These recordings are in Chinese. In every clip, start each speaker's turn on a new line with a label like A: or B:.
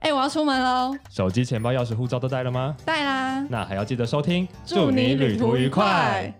A: 哎、我要出门喽，
B: 手机、钱包、钥匙、护照都带了吗？
A: 带啦！
B: 那还要记得收听，
A: 祝你旅途愉快。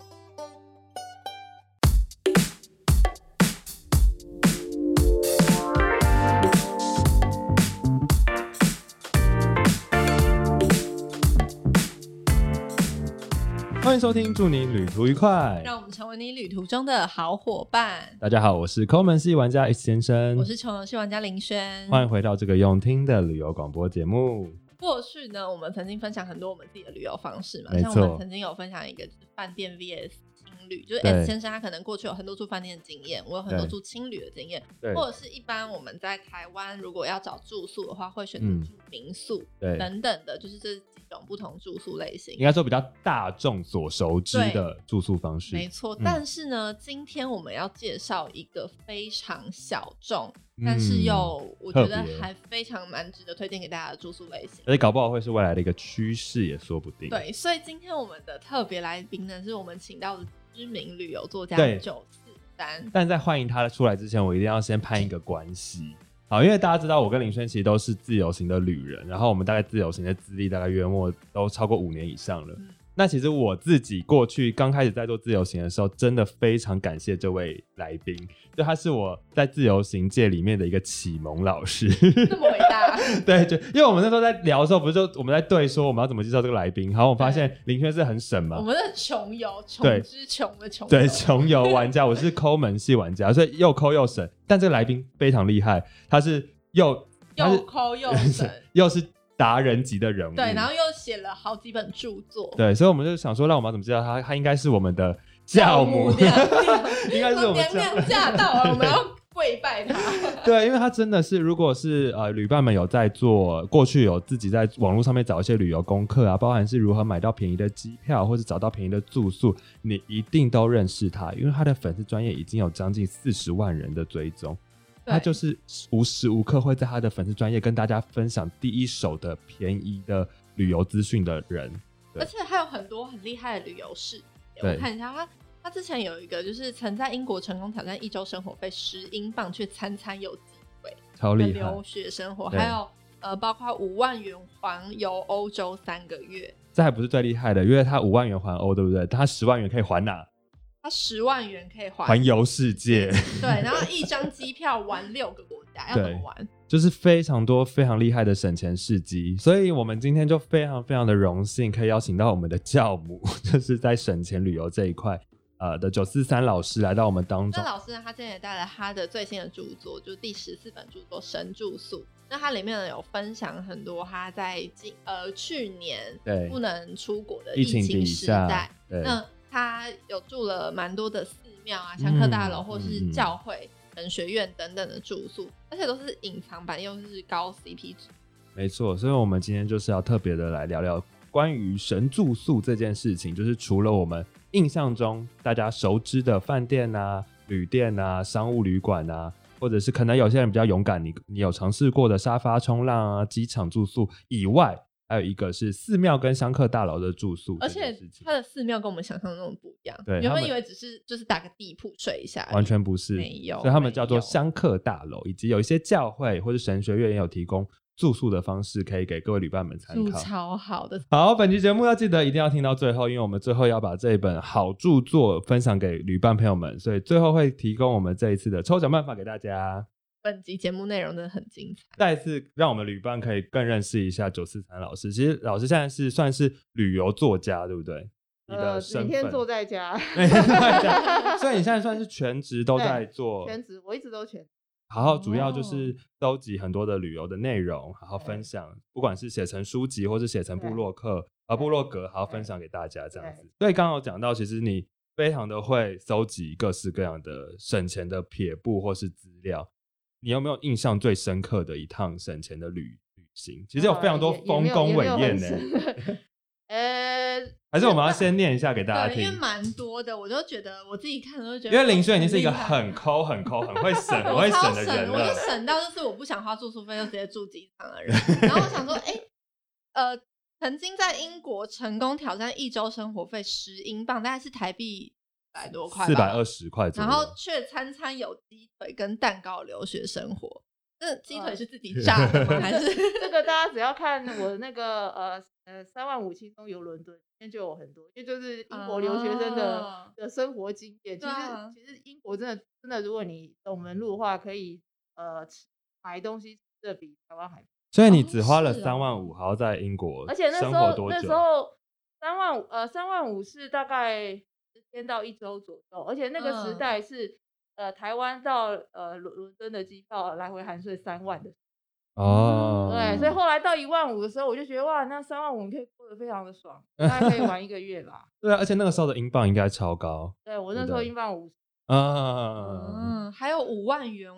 B: 欢迎收听，祝你旅途愉快。
A: 让我们成为你旅途中的好伙伴。
B: 大家好，我是抠门系玩家 X 先生
A: 我，是穷游戏玩家林轩。
B: 嗯欢迎回到这个用听的旅游广播节目。
A: 过去呢，我们曾经分享很多我们自己的旅游方式嘛，
B: 没
A: 像
B: 错
A: 我们曾经有分享一个就是饭店 VS 青旅，就是
B: 对
A: S 先生他可能过去有很多住饭店的经验，我有很多
B: 对
A: 住青旅的经验，
B: 对
A: 或者是一般我们在台湾如果要找住宿的话，会选
B: 嗯
A: 择住民宿、
B: 对，
A: 等等的，就是这几种不同住宿类型
B: 应。该说比较大众所熟知的住宿方式。
A: 没错
B: 嗯，
A: 但是呢，今天我们要介绍一个非常小众，
B: 嗯
A: 但是又我觉
B: 特
A: 得
B: 别呃
A: 还非常蛮值得推荐给大家的住宿类型。
B: 而且搞不好会是未来的一个趋势，也说不定。，
A: 对，所以今天我们的特别来宾呢，是我们请到的知名旅游作家
B: 对
A: 九四三。
B: 但在欢迎他出来之前，我一定要先判一个关系。好，因为大家知道我跟林轩其实都是自由行的旅人，然后我们大概自由行的资历大概约莫都超过五年以上了。
A: 嗯
B: 那其实我自己过去刚开始在做自由行的时候，真的非常感谢这位来宾，就他是我在自由行界里面的一个启蒙老师。
A: 这么伟大，
B: 对，就因为我们那时候在聊的时候，不是就我们在对说我们要怎么介绍这个来宾，然后我发现林轩是很省嘛
A: 我，们的穷游，
B: 对
A: 穷之穷的穷游，
B: 对，穷游玩家，我是抠门系玩家，所以又抠又省。但这个来宾非常厉害，他是又他
A: 又
B: 是
A: 抠又省，
B: 又是达人级的人物，
A: 对，然后又写了好几本著作，
B: 对，所以我们就想说，让我们要怎么知道他？他应该是我们的教母，
A: 娘娘
B: 应该 是我们
A: 娘
B: 教。
A: 娘驾到了，我们要跪拜她。
B: 对，因为他真的是，如果是呃旅伴们有在做，过去有自己在网络上面找一些旅游功课啊，包含是如何买到便宜的机票，或是找到便宜的住宿，你一定都认识他，因为他的粉丝专业已经有将近四十万人的追踪， 他
A: 对
B: 就是无时无刻会在他的粉丝专业跟大家分享第一手的便宜的旅游资讯的人。对
A: 而且还有很多很厉害的旅游事业。
B: 对
A: 我看一下他，他之前有一个就是曾在英国成功挑战一周生活费十英镑，却餐餐有机会
B: 超
A: 的
B: 厉害
A: 留！学生活，
B: 对
A: 还有呃，包括五万元环游欧洲三个月，
B: 这还不是最厉害的，因为他五万元还欧，对不对？他十万元可以还哪？
A: 他十万元可以还
B: 环游世界。
A: 对，然后一张机票玩六个国家，要怎么玩？
B: 就是非常多非常厉害的省钱事迹，所以我们今天就非常非常的荣幸，可以邀请到我们的教母， 就是在省钱旅游这一块，呃的九四三老师来到我们当中
A: 那。老师呢，他今天也带来他的最新的著作，就是第十四本著作《神住宿》。那它里面呢有分享很多他在今呃去年
B: 对，
A: 不能出国的
B: 疫
A: 疫
B: 情底
A: 情时代
B: 下，，对，
A: 那他有住了蛮多的寺庙啊、香客大楼
B: 嗯
A: 或
B: 嗯
A: 是
B: 嗯
A: 教会、神学院等等的住宿，而且都是隐藏版，又是高 CP 值。
B: 没错。所以，我们今天就是要特别的来聊聊关于神住宿这件事情，就是除了我们印象中大家熟知的饭店啊、旅店啊、商务旅馆啊，或者是可能有些人比较勇敢，你你有尝试过的沙发冲浪啊、机场住宿以外，还有一个是寺庙跟香客大楼的住宿
A: 而
B: 这件
A: 且
B: 事情，
A: 它的寺庙跟我们想象的那种不一样，
B: 对
A: 原
B: 他
A: 本
B: 们
A: 以为只是就是打个地铺睡一下而已，
B: 完全不是，
A: 没有
B: 所以他们叫做
A: 没有
B: 香客大楼，以及有一些教会或者神学院也有提供住宿的方式，可以给各位旅伴们参
A: 住
B: 考。
A: 超好的。
B: 好，本期节目要记得一定要听到最后，因为我们最后要把这一本好著作分享给旅伴朋友们，所以最后会提供我们这一次的抽奖办法给大家。
A: 本集节目内容真的很精彩，
B: 再一次让我们旅伴可以更认识一下九四三老师。其实老师现在是算是旅游作家，对不对？你的
C: 呃，
B: 身
C: 每天
B: 份，哦
C: 坐在 家，
B: 每天坐在家 所以你现在算是全职都在做，
C: 全职，我一直都全职。
B: 然后主要就
A: 哦
B: 是收集很多的旅游的内容，然后分
C: 对
B: 享，不管是写成书籍或是写成部
C: 对
B: 落客啊
C: 对
B: 部落格，还要分享给大家这样子。所以刚刚有讲到，其实你非常的会搜集各式各样的省钱的撇步或是资料。你有没有印象最深刻的一趟省钱的旅旅行？其实有非常多
C: 呃也也
B: 丰
C: 没有
B: 功
C: 也
B: 伟
C: 没有
B: 业
C: 很
B: 呢、
C: 深 呃，
B: 还是我们要先念一下给大家
A: 对，因
B: 听
A: 为？蛮多的，我都觉得我自己看了都觉
B: 因
A: 得，
B: 为林轩已经是一个
A: 厉害
B: 很抠、很抠、很会省、很
A: 我
B: 会
A: 超
B: 省的人
A: 我
B: 了
A: 就。省到就是我不想花住宿费，就直接住机场的人。然后我想说，哎、呃，曾经在英国成功挑战一周生活费十英镑，大概是台币百多块，
B: 四百二。十块左右，
A: 然后却餐餐有鸡腿跟蛋糕留学生活，那鸡
C: 嗯
A: 腿是自 己炸的吗？还是
C: 这个大家只要看我的那个呃呃三万五轻松游伦敦，里面就有很多，因为就是 英国留学生的、
A: 哦
C: 的生活经验。其
A: 对
C: 实
A: 啊
C: 其实英国真的真的，如果你懂门路的话，可以呃吃买东西吃的比台湾还便宜，
B: 所以你
A: 哦
B: 只花了
A: 是哦
B: 三万五，还要在英国
C: 而且那时
B: 生活
C: 候
B: 多
C: 那时
B: 久？
C: 候三万五呃三万五是大概十天到一周左右，而且那个时
A: 嗯
C: 代是。呃，台湾到呃伦伦敦的机票来回含税三万的
B: 哦，
C: 嗯对，所以后来到一万五的时候，我就觉得哇，那三万五可以过得非常的 爽，大概可以玩一个月吧。
B: 对啊，而且那个时候的英镑应该超高嗯
C: 对我那时候
B: 对
C: 英镑五十，
B: 啊，
A: 嗯，还有五万元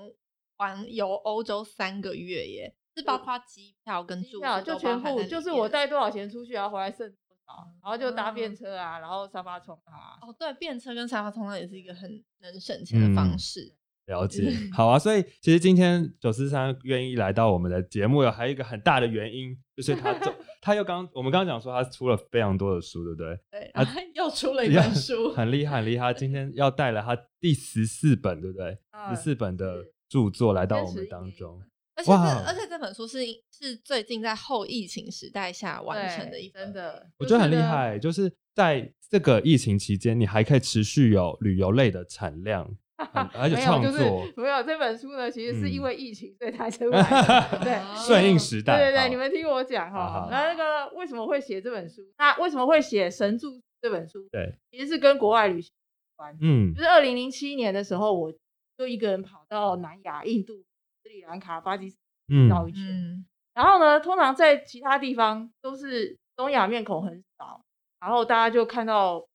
A: 环游欧洲三个月耶，是包括机票跟
C: 机
A: 住宿
C: 票就
A: 都
C: 全
A: 包含
C: 部
A: 在里
C: 就是我
A: 面
C: 带多少钱出去，然后回来剩多少，然后就搭
A: 嗯
C: 便车啊，然后沙发冲啊。
A: 哦，对，便车跟沙发冲浪也是一个很能省钱的方
B: 嗯
A: 式。
B: 了 解，好啊。所以其实今天九四三愿意来到我们的节目，有还有一个很大的原因，就是他 走，他又刚我们刚刚讲说他出了非常多的书，对不对？
A: 对，
B: 啊
A: 然后又出 了一本书，
B: 很厉害，很厉害。今天要带来他第十四本，对不对？
A: 哦
C: 嗯
B: 十四本的著作来到我们
C: 11
B: 当中，
A: 而且这
B: 哇哦
A: 而且这本书是是最近在后疫情时代下完成的
C: 对
A: 一本，
C: 真的，
B: 我
C: 就
B: 觉得
C: 是
B: 很厉
C: 呢。
B: 害。就是在这个疫情期间，你还可以持续有旅游类的产量，很而且
C: 没有，
B: 创
C: 就是
B: 作。
C: 没有这本书呢，其实是因
B: 嗯
C: 为疫情所以才出来 的。对，
B: 顺应时代，
C: 对对
B: 好
C: 对，你们听我讲
B: 好
C: 哈
B: 好。
C: 那那个为什么会写这本书？那为什么会写《神助》这本书？
B: 对，
C: 其实是跟国外旅行有关。
B: 嗯
C: 就是二零零七年的时候，我就一个人跑到南亚、印度、斯里兰卡、巴基斯
B: 嗯
C: 坦绕一圈。
A: 嗯，
C: 然后呢，通常在其他地方都是东亚面孔很少，然后大家就看到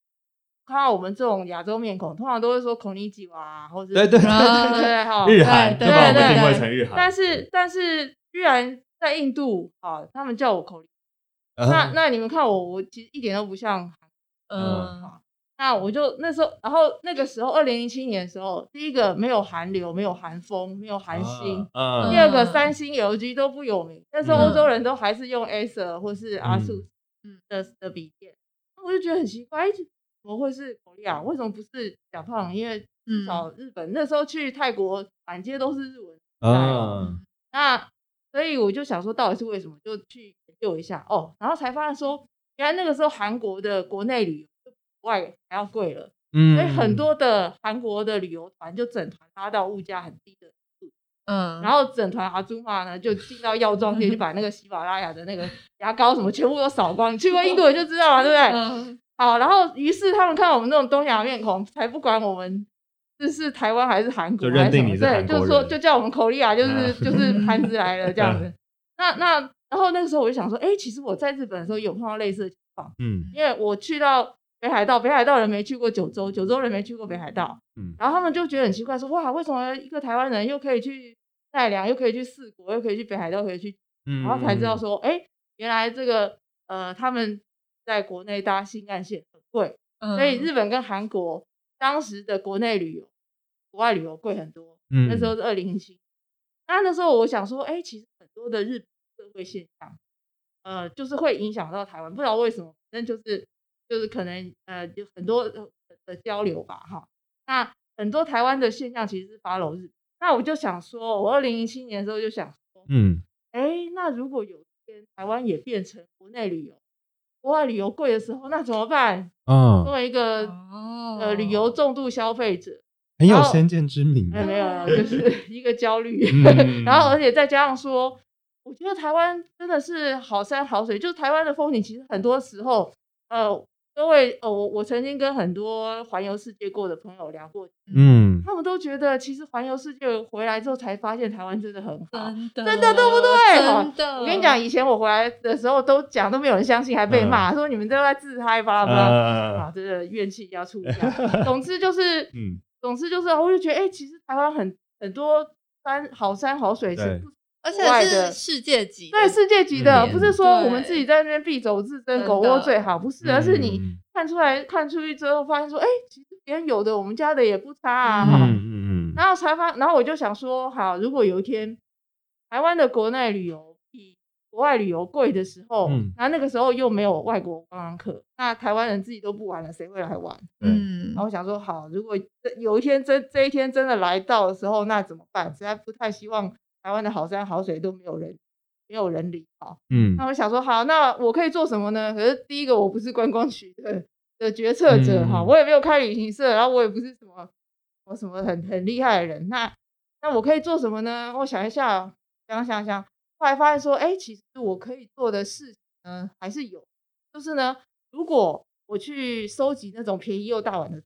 C: 看到我们这种亚洲面孔，通常都会说孔尼基哇，或者
B: 对对对
C: 对对对哈。
B: 日韩
A: 对
B: 就把我们
C: 对
B: 定位
A: 对
B: 成日韩，
C: 但是但是居然在印度啊，他们叫我口尼，
B: 嗯
C: 那那你们看我，我其实一点都不像韩
A: 嗯
C: 那我就那时候，然后那个时候，二零零七年的时候，第一个没有韩流，没有韩风，没有韩星；
B: 啊嗯
C: 第二个，三星、LG 都不有名。那时候
B: 嗯
C: 欧洲人都还是用 Acer 或是阿
B: 嗯
C: 素
A: 嗯
C: 的的笔电，我就觉得很奇怪，哎怎么会是口利亚？为什么不是甲胖？因为至
A: 嗯
C: 少日本、那时候去泰国满街都是日文，哦
B: 嗯
C: 那所以我就想说，到底是为什么？就去研究一下哦，然后才发现说，原来那个时候韩国的国内旅游就比国外还要贵了。
B: 嗯，
C: 所以很多的韩国的旅游团就整团拉到物价很低的，
A: 嗯，
C: 然后整团阿朱玛呢就进到药妆店去把那个喜马拉雅的那个牙膏什么全部都扫光。你去过印度你就知道了，对不对？
A: 嗯
C: 好，然后于是他们看到我们那种东亚面孔，才不管我们。这是台湾还是韩国
B: 就
C: 还
B: 认
C: 什么？
B: 定你是韩
C: 对，
B: 国
C: 就说
B: 人
C: 就叫我们口利亚，就是
B: 嗯
C: 就是盘子来了这样 子
B: 嗯。
C: 那那然后那个时候我就想说，哎，其实我在日本的时候有碰到类似的情况，
B: 嗯
C: 因为我去到北海道，北海道人没去过九州，九州人没去过北海道，
B: 嗯
C: 然后他们就觉得很奇怪说，哇，为什么一个台湾人又可以去奈良，又可以去四国，又可以去北海道，又可以去，
B: 嗯
C: 然后才知道说，哎、原来这个呃，他们在国内搭新干线很贵，
A: 嗯
C: 所
B: 嗯
C: 以日本跟韩国当时的国内旅游、国外旅游贵很多，
B: 嗯
C: 那时候是二零零七，那那时候我想说，哎、其实很多的日本社会现象，呃，就是会影响到台湾，不知道为什么，反正就是就是可能呃有很多的的交流吧，哈。那很多台湾的现象其实是 follow 日本，那我就想说，我二零零七年的时候就想说，
B: 嗯
C: 哎、那如果有一天台湾也变成国内旅游、国外旅游贵的时候，那怎么办？
B: 嗯
C: 作为一个、
A: 哦
C: 呃旅游重度消费者，
B: 很有
C: 然后
B: 先见之明啊
C: 哎，没有没有，就是 一个焦虑。
B: 嗯
C: 然后，而且再加上说，我觉得台湾真的是好山好水，就是台湾的风景，其实很多时候，呃，因为呃，我我曾经跟很多环游世界过的朋友聊过，
B: 嗯
C: 他们都觉得其实环游世界回来之后才发现台湾真的很好。
A: 真的
C: 哦真的对不对好
A: 真的，
C: 我跟你
B: 嗯
C: 讲，以前我回来的时候都讲都没有人相信，还被骂、说你们都在自嗨吧吧、
B: 呃
C: 啊，这个怨气要出 一下。总之就是，
B: 嗯
C: 总之就是，我就觉得，哎、其实台湾很很多山好山好水
B: 对
C: 是不
A: 而
C: 国外
A: 且是
C: 的
A: 世界级的，
C: 对世界级的，
B: 嗯
C: 不是说我们
A: 对
C: 自己在那边敝帚自珍、
A: 真
C: 狗窝
A: 的
C: 最好，不是，而是你
B: 嗯
C: 看出来看出去之后，发现说，哎、其实别人有的，我们家的也不差啊。哈
B: 嗯嗯嗯
C: 然后才发，然后我就想说，好，如果有一天台湾的国内旅游比国外旅游贵的时候，
B: 嗯
C: 然后那个时候又没有外国观光客，那台湾人自己都不玩了，谁会来玩？
B: 对
A: 嗯
C: 然后我想说，好，如果这有一天真这一天真的来到的时候，那怎么办？实在不太希望台湾的好山好水都没有人没有人理啊。
B: 嗯
C: 那我想说，好，那我可以做什么呢？可是第一个，我不是观光局的的决策者哈，
B: 嗯
C: 我也没有开旅行社，然后我也不是什么我什么很很厉害的人。那那我可以做什么呢？我想一下，哦想想想，后来发现说，哎、其实我可以做的事情呢，还是有，就是呢，如果我去收集那种便宜又大碗的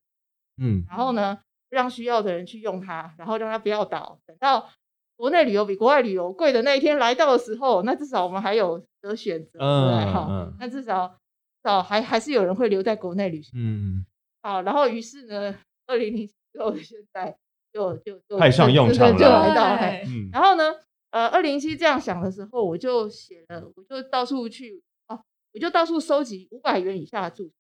B: 嗯
C: 然后呢，让需要的人去用它，然后让它不要倒。等到国内旅游比国外旅游贵的那一天来到的时候，那至少我们还有得选择，对不对哈、
B: 嗯
C: 那至少至少还还是有人会留在国内旅行
B: 嗯
C: 啊。然后于是呢，二零零之后的现在就就就
B: 派上用场
C: 就就
B: 了
C: 来到嘿
A: 对
B: 嗯
C: 然后呢，呃，二零七这样想的时候，我就写了，我就到处去啊，我就到处收集五百元以下的住宿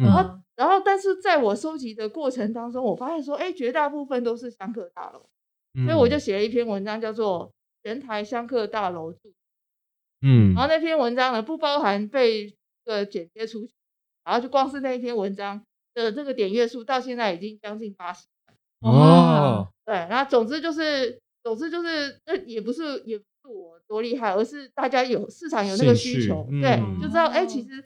B: 嗯
C: 后
A: 哦
C: 然后，但是在我收集的过程当中，我发现说，哎，绝大部分都是香客大楼，
B: 嗯
C: 所以我就写了一篇文章，叫做《全台香客大楼住》。
B: 嗯
C: 然后那篇文章呢，不包含被呃剪接出去，然后就光是那一篇文章的这个点阅数，到现在已经将近八十。
B: 哦
C: 对，然后总之就是，总之就是，这也不是也不是我多厉害，而是大家有市场有那个
B: 兴
C: 需
B: 趣
C: 求，
B: 嗯
C: 对，就知道哎、其
A: 哦
C: 实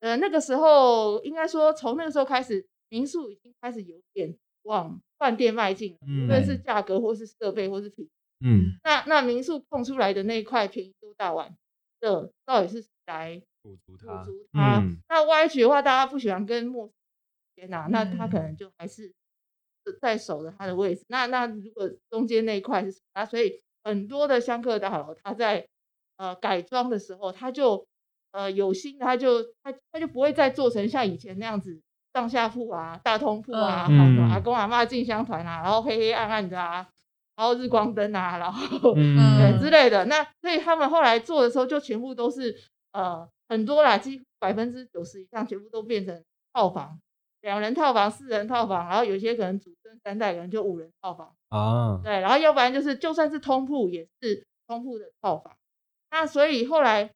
C: 呃那个时候应该说从那个时候开始，民宿已经开始有点往饭店迈进了，无论是
B: 嗯
C: 价格或是设备或是品质。
B: 嗯
C: 那那民宿空出来的那一块便宜度大碗的，到底是谁来
B: 补足
C: 补
B: 它
C: 足它？
B: 嗯
C: 那 Y H 的话，大家不喜欢跟陌生人啊，那他可
B: 嗯
C: 能就还是呃在守着他的位置。那那如果中间那一块是什么那所以很多的香客大楼，他在呃改装的时候，他就呃有心的，他就他他就不会再做成像以前那样子。上下铺啊，大通铺啊，好、什么
B: 嗯
C: 阿公阿嬷进香团啊，然后黑黑暗暗的啊，然后日光灯啊，然后对
B: 嗯
C: 之类的。那所以他们后来做的时候，就全部都是呃很多啦，几乎百分之九十以上全部都变成套房，两人套房、四人套房，然后有些可能祖孙三代，可能就五人套房。
B: 啊
C: 对，然后要不然就是就算是通铺也是通铺的套房。那所以后来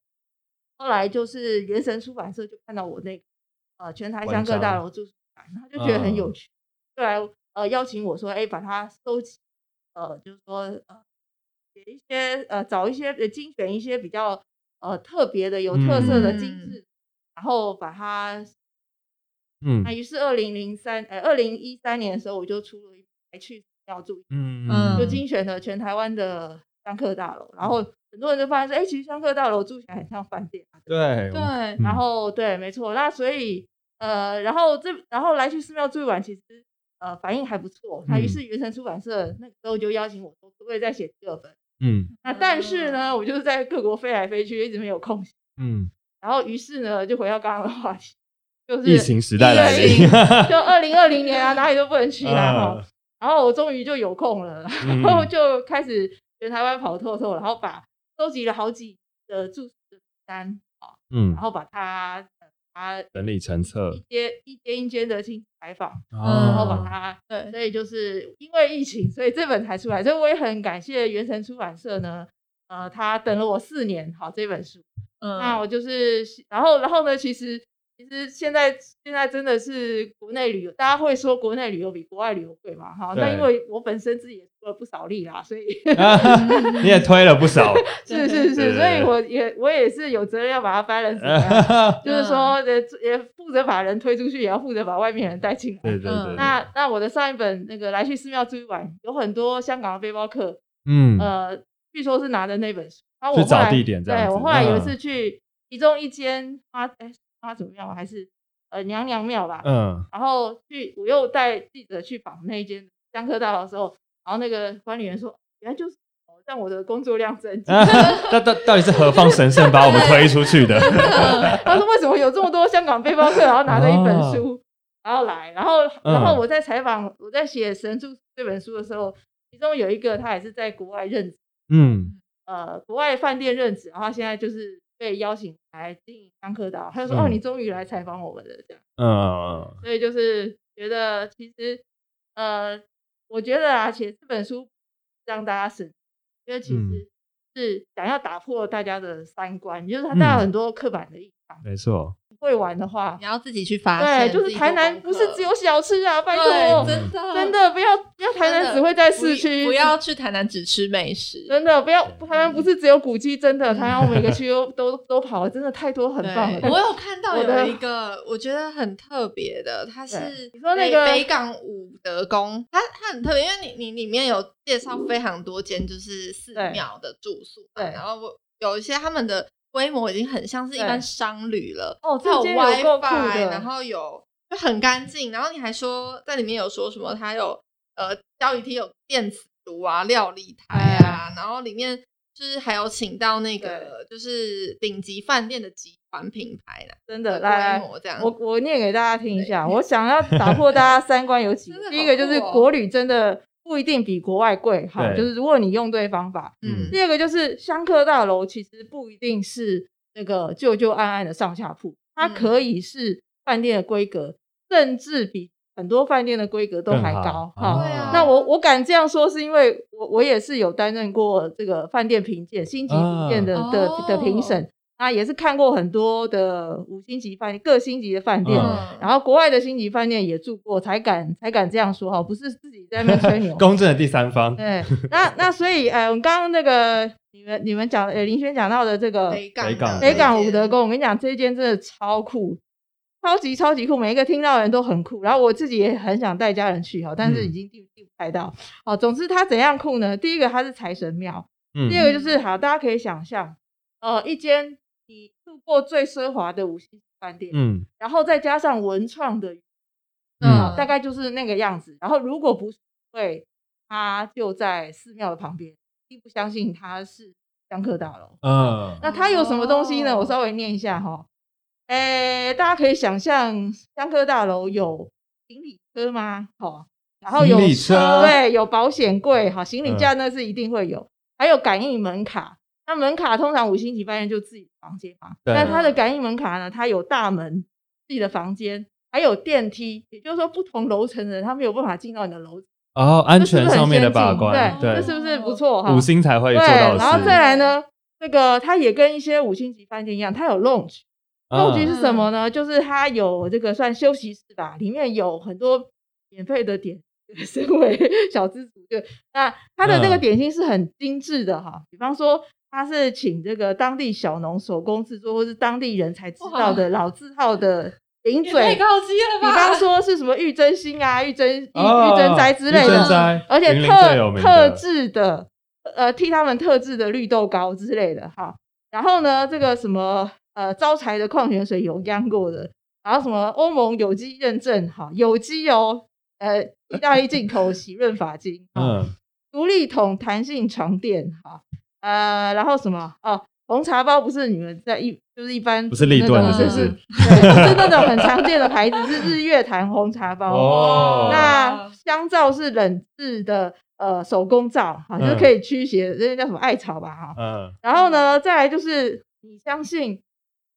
C: 后来就是原神出版社就看到我那个呃全台
B: 文
C: 香客大
B: 章
C: 楼住宿展，然后就觉得很有
B: 嗯
C: 趣，就来呃邀请我说，哎，把它收集，呃，就是说呃写一些呃找一些呃精选一些比较呃特别的有特色的精
A: 嗯
C: 致，然后把它
B: 嗯
C: 那于是二零零三呃二零一三年的时候我就出了一台去要注意。
B: 嗯
C: 就精选了全台湾的香客大楼，然后很多人就发现说，哎、其实香客大楼住起来很像饭店啊。
B: 对
A: 对，
B: 嗯
C: 然后对，没错，那所以呃，然后这然后来去寺庙住一晚，其实呃反应还不错。那于
B: 嗯
C: 是原神出版社那个时候就邀请我说，可不可以再写第二本？
B: 嗯
C: 那但是呢，我就是在各国飞来飞去，一直没有空闲。
B: 嗯
C: 然后于是呢，就回到刚刚的话题，就是
B: 疫情时代来
C: 疫情
B: 临
C: 就二零二零年啊，哪里都不能去啦、哈、
B: 啊
C: 然后我终于就有空了，
B: 嗯
C: 然后就开始全台湾跑透透，然后把收集了好几的住宿的单，啊
B: 嗯
C: 然后把它呃把它
B: 整理成册
C: 一间一间一间的进行采访，嗯然后把
B: 啊
C: 它。
A: 对，
C: 所以就是因为疫情，所以这本才出来。所以我也很感谢原神出版社呢，呃，他等了我四年，好这本书。那
A: 嗯，
C: 我就是，然后然后呢，其实其实现在现在真的是国内旅游，大家会说国内旅游比国外旅游贵嘛？哈，那因
B: 对
C: 为我本身自己也出了不少力啦，所以
B: 啊你也推了不少
C: 是是
B: 对
C: 是，所
B: 对
C: 以我也我也是有责任要把它 balance 掉就是说呃也负责把人推出去，也要负责把外面人带进来。
B: 对对对
C: 嗯那那我的上一本那个来去寺庙住一晚，有很多香港的背包客，
B: 嗯
C: 呃，据说是拿着那本书。然后
B: 去
C: 我后
B: 找
C: 来
B: 地点这样
C: 对我
B: 子
C: 后来有一次
B: 嗯
C: 去其中一间妈哎妈祖庙还是呃娘娘庙吧，
B: 嗯
C: 然后去我又带记者去访那一间香客大楼的时候，然后那个管理员说，原来就是我让我的工作量增 加。
B: 啊到 到到底是何方神圣把我们推出去的？
C: 他说为什么有这么多香港背包客，然后拿着一本书，然后来，然后然后
B: 啊嗯
C: 我在采访我在写《神助》这本书的时候，其中有一个他也是在国外任职。
B: 嗯
C: 呃国外饭店任职，然后他现在就是被邀请来经营香客岛，他就说、哦，
B: 嗯
C: 你终于来采访我们了这样，
B: 嗯
C: 所以就是觉得其实呃，我觉得啊，写这本书让大家审，因为其
B: 嗯
C: 实是想要打破大家的三观，就是他大家
B: 嗯
C: 很多刻板的印象，
B: 没错，
C: 会玩的话
A: 你，要自己去发
C: 对，
A: 现。
C: 就
A: 自
C: 是
A: 己
C: 台
A: 做
C: 南
A: 功
C: 不
A: 课
C: 是只有小吃啊，拜
A: 对，
C: 托，
A: 真的
C: 真的不要不要
A: 真
C: 台南
A: 的
C: 只会在
A: 不
C: 市区，
A: 不要去台南只吃美食。
C: 真的不要台湾不是只有古迹，真的台湾我每个 区都都都跑了，真的太多很棒
A: 对，
C: 的。
A: 我有看到
C: 我的
A: 有一个我觉得很特别的，它是
C: 你说那
A: 北
C: 个
A: 北港武德宫，它它很特别，因为你你里面有介绍非常多间就是寺
C: 对
A: 庙的住宿嘛，
C: 对
A: 然后我有一些他们的规模已经很像是一般
C: 对
A: 商旅了，
C: 哦
A: 它有
C: 这间有够酷
A: WiFi，
C: 的
A: 然后有就很干净，然后你还说在里面有说什么，它有呃教育厅有电磁炉啊、料理台啊，然后里面就是还有请到那个就是顶级饭店的集团品牌啦
C: 真
A: 的
C: 的，来
A: 规
C: 来，
A: 模这样，
C: 我我念给大家听一下。
A: 对
C: 我想要打破大家三观有 几
A: 真的好
C: 个，第一个就是
A: 酷哦
C: 国旅真的不一定比国外贵，好，
B: 对
C: 就是如果你用对方法。
A: 嗯
C: 第二个就是香客大楼其实不一定是那个旧旧暗暗的上下铺，它
A: 嗯
C: 可以是饭店的规格，甚至比很多饭店的规格都
B: 更
C: 还
B: 好
C: 高。
B: 哦
A: 对啊
C: 那我我敢这样说，是因为我我也是有担任过这个饭店评鉴、星级评鉴的、
A: 啊
C: 的
A: 哦
C: 的评审，那也是看过很多的五星级饭店、各星级的饭店，
B: 嗯
A: 嗯，
C: 然后国外的星级饭店也住过，才敢才敢这样说哈，不是自己在那边吹牛。
B: 公正的第三方，
C: 对，那那所以呃，我们刚刚那个你们你们讲呃林轩讲到的这
A: 嗯
C: 个
A: 北港
B: 北港
A: 的
C: 北港武
A: 那
C: 德
A: 间
C: 宫，我跟你讲，这一间真的超酷，超级超级酷，每一个听到的人都很酷。然后我自己也很想带家人去哈，哦但是已
B: 嗯
C: 经订订不太到。哦，总之它怎样酷呢？第一个它是财神庙，
B: 嗯
C: 第二个就是好，大家可以想象，呃，一间你住过最奢华的五星级饭店，
B: 嗯
C: 然后再加上文创的，
B: 嗯
C: 呃大概就是那个样子。然后如果不是因为它就在寺庙的旁边，并不相信它是香客大楼。
B: 嗯
C: 那它有什么东西呢？
A: 哦
C: 我稍微念一下哈。诶，大家可以想象香客大楼有行李车吗？好，然后有
B: 行李车嗯
C: 对，有保险柜，好，行李架那是一定会有，还有感应门卡。那门卡通常五星级饭店就自己的房间嘛，
B: 对
C: 那它的感应门卡呢？它有大门、自己的房间，还有电梯，也就是说不同楼层的人他没有办法进到你的楼层，
B: 哦，安
C: 这是不是
B: 全
C: 很
B: 上面的
C: 先
B: 把
C: 进
B: 关，
C: 对，
B: 对
C: 这，是不是不错哈？
B: 五星才会
C: 对，
B: 做到的
C: 然后
B: 事，
C: 再来呢，这个它也跟一些五星级饭店一样，它有 lounge。lounge
B: 嗯
C: 是什么呢？就是它有这个算休息室吧，里面有很多免费的点。身为 小资族，对，那它的这个
B: 嗯
C: 点心是很精致的哈，比方说它是请这个当地小农手工制作，或是当地人才知道的老字号的零
A: 也太
C: 嘴，
A: 高级了
C: 比
A: 吧？
C: 方说是什么玉珍心啊、玉珍玉
B: 哦
C: 玉珍斋之类
B: 玉珍
C: 的，
B: 斋
C: 而且
B: 云林最有
C: 特
B: 名
C: 特
B: 的
C: 制的，呃，替他们特制的绿豆糕之类的哈。然后呢，这个什么呃招财的矿泉水有央过的，然后什么欧盟有机认证哈，有机哦，呃，意大利进口洗润发精，嗯，
B: 嗯
C: 独立桶弹性床垫哈，呃，然后什么哦。红茶包不是你们在一就是一般
B: 不是立顿
C: 那
B: 的，
C: 种
B: 是不
A: 是
B: 是？
C: 对，不是那种很常见的牌子，是日月潭红茶包。
B: 哦
C: 那香皂是冷制的，呃，手工皂，哈，就是
B: 嗯
C: 可以驱邪，这、叫什么艾草吧，哈。
B: 嗯，
C: 然后呢，再来就是你相信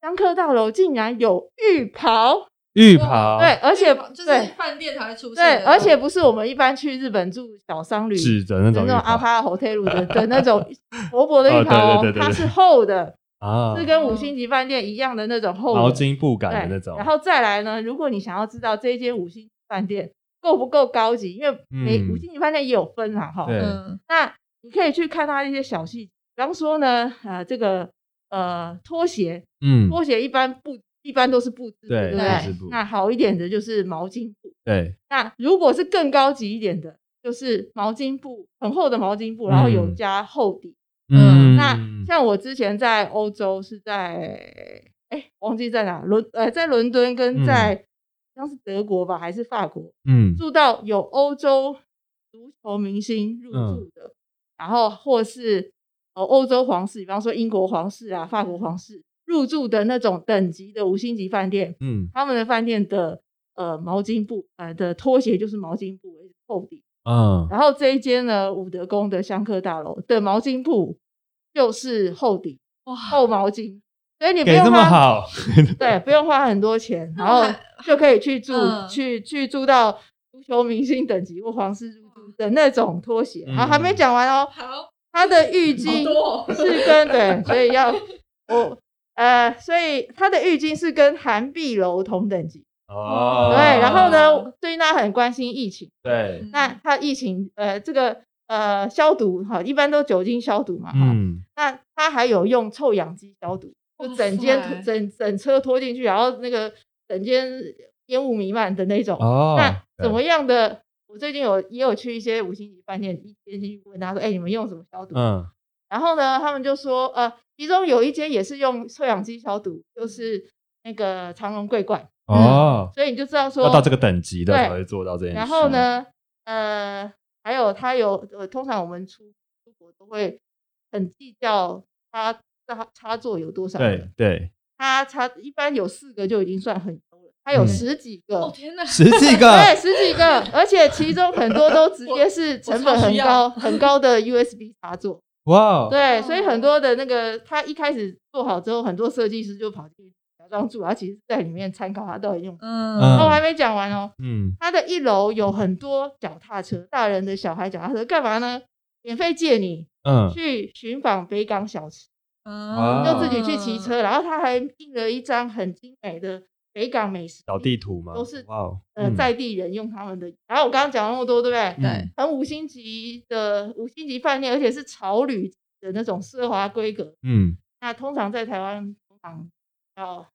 C: 香客大楼竟然有浴袍，
B: 浴袍，
C: 对，而且
A: 就是
C: 对
A: 饭店才会出现
C: 对，
A: 的，
C: 而且不是我们一般去日本住小商旅
B: 指的那
C: 的
B: 种
C: 那
B: 浴
C: 种阿
B: 袍
C: 帕 hotel 的的那种薄薄的浴
B: 哦对
C: 袍哦，
B: 对对对
C: 它
B: 对
C: 是厚的，
B: 啊
C: 是，跟五星级饭店一样的那种厚的
B: 毛巾布
C: 对，
B: 感的那种，
C: 然后再来呢，如果你想要知道这一间五星级饭店够不够高级，因为每
B: 嗯
C: 五星级饭店也有分啦哈。
B: 对
A: 嗯
C: 那你可以去看它的一些小细节，比方说呢，呃，这个呃拖鞋，
B: 嗯，
C: 拖鞋一般布一般都是布织布，
B: 对
C: 对不
A: 布
B: 织布
C: 对？那好一点的就是毛巾布。
B: 对，
C: 那如果是更高级一点的，就是毛巾布，很厚的毛巾布，然后有
B: 嗯
C: 加厚底。
A: 嗯
C: 那像我之前在欧洲是在哎忘记在哪伦呃在伦敦跟
B: 嗯
C: 在、像是德国吧还是法国
B: 嗯
C: 住到有欧洲足球明星入住的，然后或是呃欧洲皇室，比方说英国皇室啊、法国皇室入住的那种等级的五星级饭店，
B: 嗯
C: 他们的饭店的呃毛巾布呃的拖鞋就是毛巾布厚底，
B: 嗯
C: 然后这一间呢，武德宫的香客大楼的毛巾铺就是厚底
A: 哇，
C: 厚毛巾，所以你不
B: 给
C: 用
B: 这么
C: 花，
B: 好，
C: 对，不用花很多钱，
A: 那
C: 然
A: 我
C: 后
A: 还
C: 就可以去住、
A: 嗯
C: 去去住到足球明星等级或皇室入住的那种拖鞋。
B: 嗯
C: 好，还没讲完哦，
A: 好
C: 它的浴
A: 好
C: 巾
A: 多哦
C: 是跟对，所以要我呃，所以它的浴巾是跟韩碧楼同等级。
B: 哦，
C: 对，然后呢
A: 哦，
C: 最近大家很关心疫情，
B: 对，
C: 那它疫情呃这个呃消毒哈，一般都酒精消毒嘛哈，
B: 嗯，
C: 那它还有用臭氧机消毒，
A: 哇
C: 就整间
A: 塞
C: 整整车拖进去，然后那个整间烟雾弥漫的那种。
B: 哦，
C: 那怎么
B: 对？
C: 样的？我最近有也有去一些五星级饭店，一间进去问他说：“哎、你们用什么消毒？”
B: 嗯，
C: 然后呢，他们就说：“呃，其中有一间也是用臭氧机消毒，就是那个长隆桂冠。
B: 哦”，
C: 所以你就知道嗯说
B: 要到这个等级的
C: 对
B: 才会做到这件事。
C: 然后？呢，呃，还有他有呃，通常我们出出国都会很计较他插插座有多少个，
B: 对对，
C: 他插一般有四个就已经算很多了，他有
B: 嗯
C: 十几个，
A: 哦天哪，
B: 十几
C: 对，
B: 个，
C: 十几个，而且其中很多都直接是
A: 我
C: 成
A: 超
C: 本
A: 需
C: 很
A: 要
C: 高很高的 USB 插座，
B: 哇，
C: 对，所以
A: 哦
C: 很多的那个他一开始做好之后，很多设计师就跑进去假装住，他其实在里面参考他到底用。
A: 嗯，
C: 哦，我
B: 嗯
C: 还没讲完哦，
B: 嗯，
C: 它的一楼有很多脚踏车，大人的、小孩脚踏车，干嘛呢？免费借你
B: 嗯，
C: 去寻访北港小吃，
A: 嗯
B: 啊
C: 就自己去骑，车，然后他还印了一张很精美的北港美食
B: 小地图嘛，
C: 都是
B: 哇哦，
C: 呃
B: 嗯
C: 在地人用他们的。然后我刚刚讲那么多，对不对？
A: 对，
C: 很五星级的五星级饭店，而且是潮旅的那种奢华规格。
B: 嗯，
C: 那通常在台湾通常要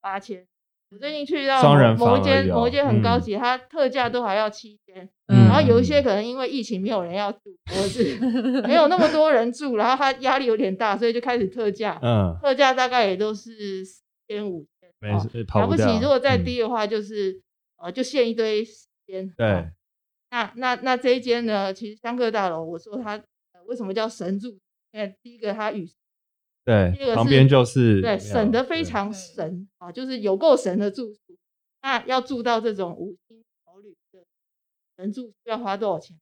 C: 八千。我最近去到
B: 双
C: 某
B: 人
C: 某
B: 房
C: 一
B: 而
C: 间
B: 已哦
C: 某一间很高
B: 嗯
C: 级，它特价都还要七千。
B: 嗯
C: 然后有一些可能因为疫情没有人要住，或者是 没有那么多人住，然后他压力有点大，所以就开始特价，
B: 嗯，
C: 特价大概也都是四千五千，
B: 没事，
C: 了
B: 跑
C: 哦不起
B: 掉。。
C: 如果再
B: 嗯，
C: 低的话，就是、呃就限一堆时间。
B: 对，
C: 那那那这一间呢，其实香客大楼，我说它、呃为什么叫神助？因为第一个它与这个
B: 对，
C: 是
B: 旁边就是
C: 对省得非，
B: 没有
C: 常
A: 对
C: 神啊，就是有够神的住宿。那要住到这种五星好旅的人住宿要花多少钱？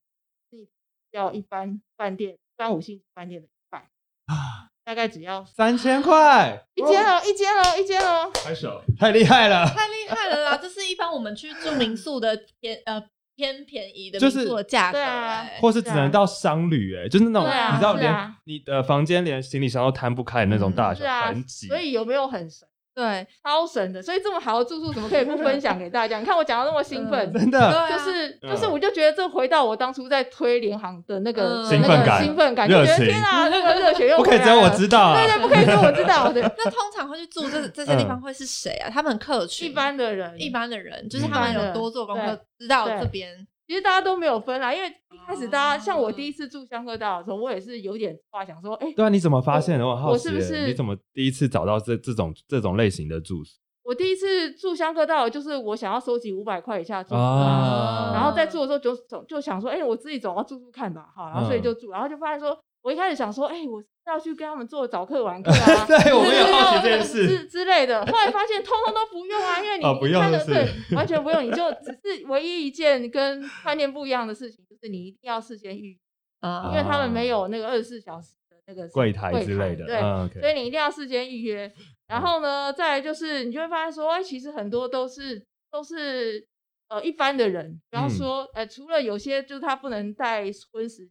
C: 是要一般饭店、一般五星饭店的一半，
B: 啊
C: 大概只要
B: 对三 千块，
C: 一间哦，一间哦，一间哦。
B: 拍手，太厉害了。
A: 太厉害了啦！这是一般我们去住民宿的偏呃偏便宜的
B: 就
A: 民
B: 是
A: 宿的价格，
C: 对啊
A: 哎
B: 或是只
C: 是啊
B: 能到商旅、欸，哎，就是那种、
C: 对啊
B: 你知道
C: 是
B: 连、
C: 啊
B: 你的房间连行李箱都摊不开的那种
A: 嗯
B: 大
C: 是
B: 小，
C: 啊
B: 很，挤。
C: 所以有没有很神？
A: 对
B: 嗯
C: 超神的，所以这么好的住宿怎么可以不分享给大家？你看我讲到那么兴奋，
A: 嗯
B: 真的，
A: 对啊
C: 就是
B: 嗯
C: 就是，我就觉得这回到我当初在推联航的那个
A: 嗯兴
C: 那个
A: 奋
B: 感
C: 兴奋感，就
B: 热
C: 觉得
B: 情
C: 天啊，那个热血又
B: 不可以
C: 回
B: 只
C: 来
B: 有我
C: 了
B: 知道啊
C: 对。对，不可以只有我知道的，
A: 那通常会去住
B: 嗯
A: 这这些地方会是谁啊？他们客
C: 一
A: 群
C: 般的人
A: 一。般的人，就是
B: 嗯
A: 他们
C: 一般的
A: 有多做功
C: 对
A: 课，知道
C: 对
A: 这边
C: 其实大家都没有分啦，因为一开始大家像我
A: 哦
C: 第一次住香客大楼的时候，我也是有点话想说，哎，
B: 对啊，你怎么发现的？我很好
C: 我
B: 奇、
C: 是
B: 欸，
C: 不是
B: 你怎么第一次找到这这种这种类型的住宿
C: 我第一次住香客大楼就是我想要收集五百块以下住宿嘛，
B: 啊？
C: 然后在住的时候就总就想说，哎，我自己总要住住看吧，哈，然后所以
B: 嗯
C: 就住，然后就发现说，我一开始想说，哎，我是要去跟他们做早课晚课 啊，
B: 对，我们也好奇这件
C: 之
B: 事。
C: 之类的。后来发现通通都不用啊，因为你
B: 啊不用
C: 你看
B: 就
C: 的
B: 是
C: 对，完全不用，你就只是唯一一件跟饭店不一样的事情，就是你一定要事先预约，因
A: 啊，
C: 为他们没有那个二十四小时的那个
B: 哦柜台之类的，
C: 对，
B: 嗯，OK，
C: 所
B: 嗯
C: 以你一定要事先预约。然后呢，再来就是你就会发现说，哎，其实很多都是都是呃一般的人，比方
B: 嗯
C: 说呃，除了有些就是他不能带婚食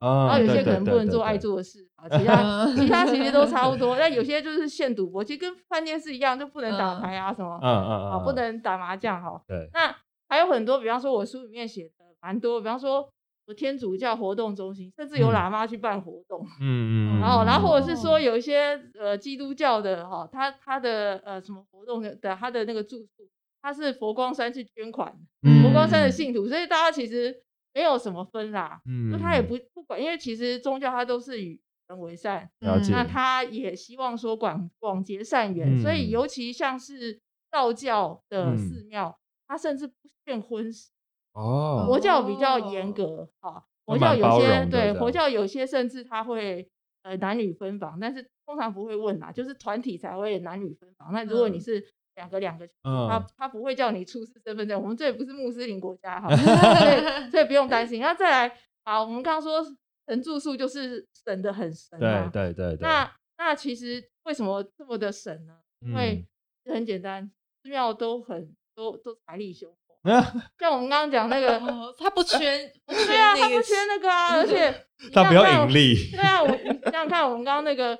B: 嗯
C: 然后有
B: 对
C: 些可
B: 对
C: 能
B: 对
C: 不能
B: 对
C: 做
B: 对
C: 爱做的事啊，其 他
A: 嗯
C: 其他其实都差不多，但有些就是限赌博，其实跟饭店是一样，就不能打
A: 嗯
C: 牌啊什么
B: 嗯嗯嗯，
C: 啊，
B: 嗯
C: 不能打麻将哈。
B: 对，
C: 那还有很多，比方说我书里面写的蛮多，比方说我天主教活动中心，甚至有
B: 嗯
C: 喇嘛去办活动，
B: 嗯嗯嗯，
C: 然后然后或者是说
A: 哦
C: 有一些呃基督教的哈，他他的呃什么活动的的他的那个住宿，他是佛光山去捐款，
B: 嗯
C: 佛光山的信徒，所以大家其实没有什么分啦。
B: 嗯，
C: 就他也不不管，因为其实宗教它都是与人为善，
B: 了解
C: 那他也希望说广广结善缘，所
B: 嗯
C: 以尤其像是道教的
B: 嗯
C: 寺庙，它甚至不限婚事，
B: 哦，
C: 佛教比较严
A: 哦
C: 格啊，
B: 都
C: 佛教
B: 蛮
C: 有
B: 包
C: 些
B: 容的
C: 对
B: 这
C: 佛
B: 样
C: 教有些甚至他会呃男女分房，但是通常不会问啦，就是团体才会男女分房。那如果你
A: 嗯
C: 是两个两个
B: 嗯
C: 他他不会叫你出示身份证，我们这里不是穆斯林国家 哈，
A: 嗯
C: 所以所以不用担心。那再来，好，我们刚刚说神住宿就是神的很神
B: 对
C: 嘛，
B: 对对对，
C: 那那其实为什么这么的神呢？
B: 嗯
C: 因为很简单，寺庙都很都都财力雄厚，
B: 嗯
C: 像我们刚刚讲那 个，
A: 哦他不缺，不缺
C: 对啊，
A: 那
C: 他
A: 个
C: 不缺那个啊，而且 你
B: 他
C: 想
B: 不要
C: 看
B: 盈利，
C: 对啊，我你想想看，我们刚刚那个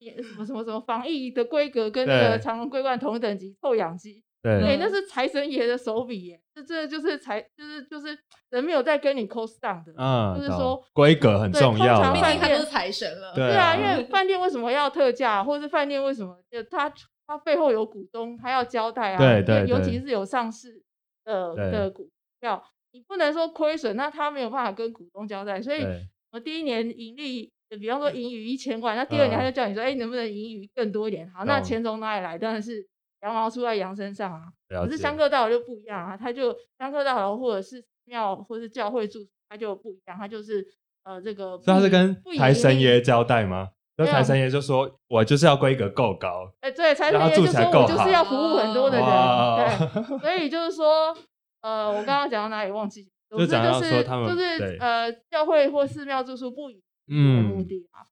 C: 也什么什么什么防疫的规格跟那个
B: 对
C: 长隆桂冠同等级臭氧机，
A: 嗯
C: 对，
B: 对啊
C: 那是财神爷的手笔耶，这这就是财，就是就是人没有在跟你 cost down 的，
B: 嗯，
C: 就是
B: 懂
C: 说
B: 规格很
C: 对
B: 重
C: 通
B: 要
C: 常
B: 啦，
A: 毕
C: 饭
A: 竟他
C: 店
A: 都是财神了。
B: 对
C: 对啊，因
B: 啊
C: 为饭店为什么要特价，或者是饭店为什么就他他背后有股东，他要交代啊，
B: 对
C: 因为
B: 对
C: 尤
B: 对
C: 其是有上市的
B: 对
C: 的股票，你不能说亏损，那他没有办法跟股东交代，所以
B: 对
C: 我第一年盈利，呃比方说盈余一千万，那第二年
B: 嗯
C: 他就叫你说，哎、能不能盈余更多一点？好，那
B: 懂
C: 钱从哪里来？当然是羊毛出在羊身上啊。
B: 了
C: 可
B: 解
C: 是香客大楼就不一样啊，他就香客大楼或者是庙或是教会住，他就不一样，他就是呃这个不以，
B: 所以他是跟
C: 不以
B: 财神
C: 盈利
B: 爷交代吗？
C: 没
B: 那
C: 有
B: 财神爷就说：“我就是要规格够高。
C: 哎、对，财神
B: 让
C: 爷
B: 他
C: 就
B: 住起来
C: 说
B: 够
C: 我就是
B: 好
C: 要服务很多的人，
B: 哇哦
C: 对，所以就是说，呃，我刚刚讲到哪里忘记，总
B: 就
C: 之
B: 讲到
C: 是
B: 说他们
C: 就是
B: 对
C: 呃教会或寺庙住宿不以”的目
B: 嗯，
C: 的啊。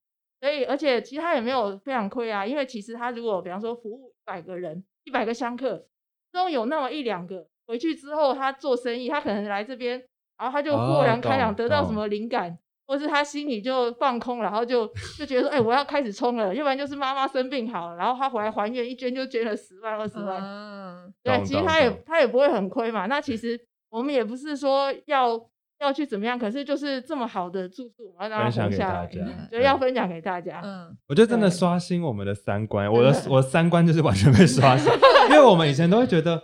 C: 所以，而且其实他也没有非常亏啊，因为其实他如果比方说服务一百个人、一百个香客，其中有那么一两个回去之后，他做生意，他可能来这边，然后他就
B: 哦
C: 豁然开朗，
B: 懂
C: 得到什
B: 懂
C: 么灵感，或是他心里就放空，然后就就觉得说，哎、我要开始冲了，要不然就是妈妈生病好了，然后他回来还愿，一捐就捐了十万、二十万，
A: 嗯，
C: 对，
B: 懂
C: 其实
B: 懂
C: 他也
B: 懂
C: 他也不会很亏嘛。那其实我们也不是说要要去怎么样，可是就是这么好的住宿，我要让它
B: 分享
C: 活
B: 给
C: 下
B: 大
C: 来，
B: 家
A: 嗯，
C: 就要分享给大家。
A: 嗯，
B: 我觉得真的
C: 对
B: 刷新我们的三观，我的
C: 真的
B: 我的三观就是完全被刷 新，因为我们以前都会觉得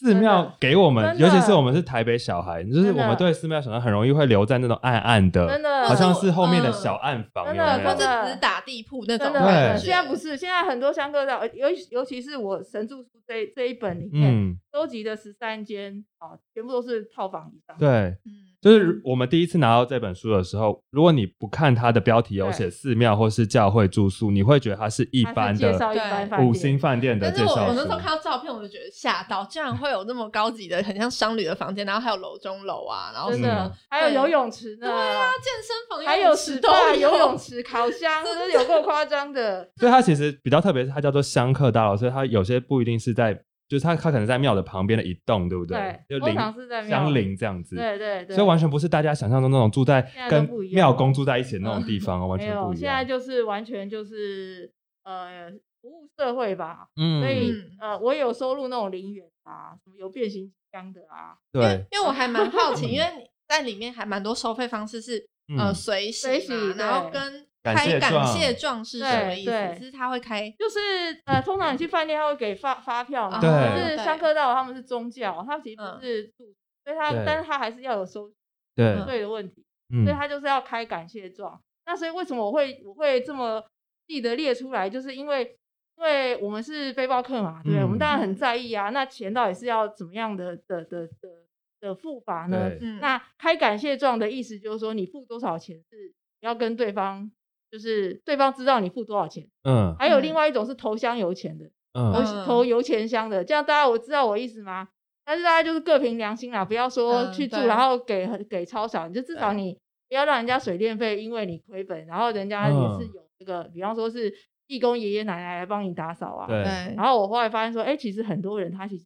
B: 寺庙给我们，
C: 真的
B: 尤其是我们是台北小孩，就是
C: 真的
B: 我们对寺庙想象很容易会留在那种暗暗
C: 真
B: 的，
C: 的，
B: 好像是后面的
A: 嗯
B: 小暗房，
C: 真
B: 有
C: 的
B: 没
A: 或
B: 有
C: 真
A: 者
C: 的
A: 只是打地铺那
C: 真
A: 种
C: 的
A: 感
B: 对
A: 觉。
C: 现在不是，现在很多香客的，尤其尤其是我神住宿这这一本里面
B: 嗯，
C: 收集的十三间啊，全部都是套房以上。
B: 对。
A: 嗯，
B: 就是我们第一次拿到这本书的时候，如果你不看它的标题有写寺庙或是教会住宿，你会觉得它是一
C: 它是
B: 般
C: 介
B: 的
C: 绍一般
A: 对
C: 饭店
B: 五星饭店的
A: 但是
B: 介
A: 我
B: 绍
A: 我那
B: 书
A: 时候。看到照片，我就觉得吓到，竟然会有那么高级的，很像商旅的房间，然后还有楼中楼啊，然后什
C: 真
A: 么
C: 的
B: 嗯，
C: 还有
A: 对啊
C: 游泳池呢，哦
A: 健身房、
C: 还
A: 游
C: 有
A: 泳池
C: 石
A: 都
C: 坝、
A: 有
C: 游泳池、烤 箱，真是有够夸张的。
B: 所以它其实比较特别，是它叫做香客大楼，所以它有些不一定是在，就是它它可能在庙的旁边的一栋，对不
C: 对，
B: 就
C: 通
B: 邻
C: 常是在庙
B: 相
C: 里，
B: 邻这样子。
C: 对对对，
B: 所以完全不是大家想象中那种住在
C: 现在都
B: 跟
C: 不一样嗯
B: 庙公住在一起的那种地 方哦，完
C: 没
B: 全
C: 有，
B: 不一
C: 现在
B: 样。
C: 就是完全就是呃服务社会吧，
B: 嗯
C: 所以、
A: 嗯
C: 呃我也有收入那种零元啊，什么有变形金刚的啊，
A: 因
B: 对
A: 为，因为我还蛮好 奇，因为你在里面还蛮多收费方式是呃
B: 嗯
A: 随喜
C: 随喜
A: 嘛，然后
C: 对
A: 跟
B: 感
A: 开
B: 谢
A: 感
B: 状
A: 谢状是什么
C: 对
A: 意
C: 对
A: 思？是他会开
C: 就是呃通常你去饭店他会给发发票嘛，
A: 对
C: 可是
A: 哦对
C: 香客道他们是宗教，他其实
A: 嗯
C: 不是住，所以他
B: 对
C: 但是他还是要有收
B: 对，
A: 嗯
C: 税的问题，
B: 嗯
C: 所以他就是要开感谢状。那所以为什么我会我会这么记得列出来，就是因为因为我们是背包客嘛，对不对，我们
B: 嗯
C: 当然很在意啊。那钱到底是要怎么样的的的的的付法呢？
B: 对
A: 嗯
C: 那开感谢状的意思就是说，你付多少钱是要跟对方，就是对方知道你付多少钱。
B: 嗯
C: 还有
A: 嗯
C: 另外一种是投箱油钱的，投
B: 嗯，
A: 嗯
C: 投油钱箱的，这样大家我知道我意思吗？但是大家就是各凭良心啦，不要说
A: 嗯
C: 去住、
A: 对
C: 然后给很给超少，你就至少
A: 对
C: 你不要让人家水电费因为你亏本，然后人家也是
B: 嗯
C: 有这个，比方说是义工爷爷奶奶来帮你打扫啊。
B: 对，
C: 然后我后来发现说，哎、其实很多人他其实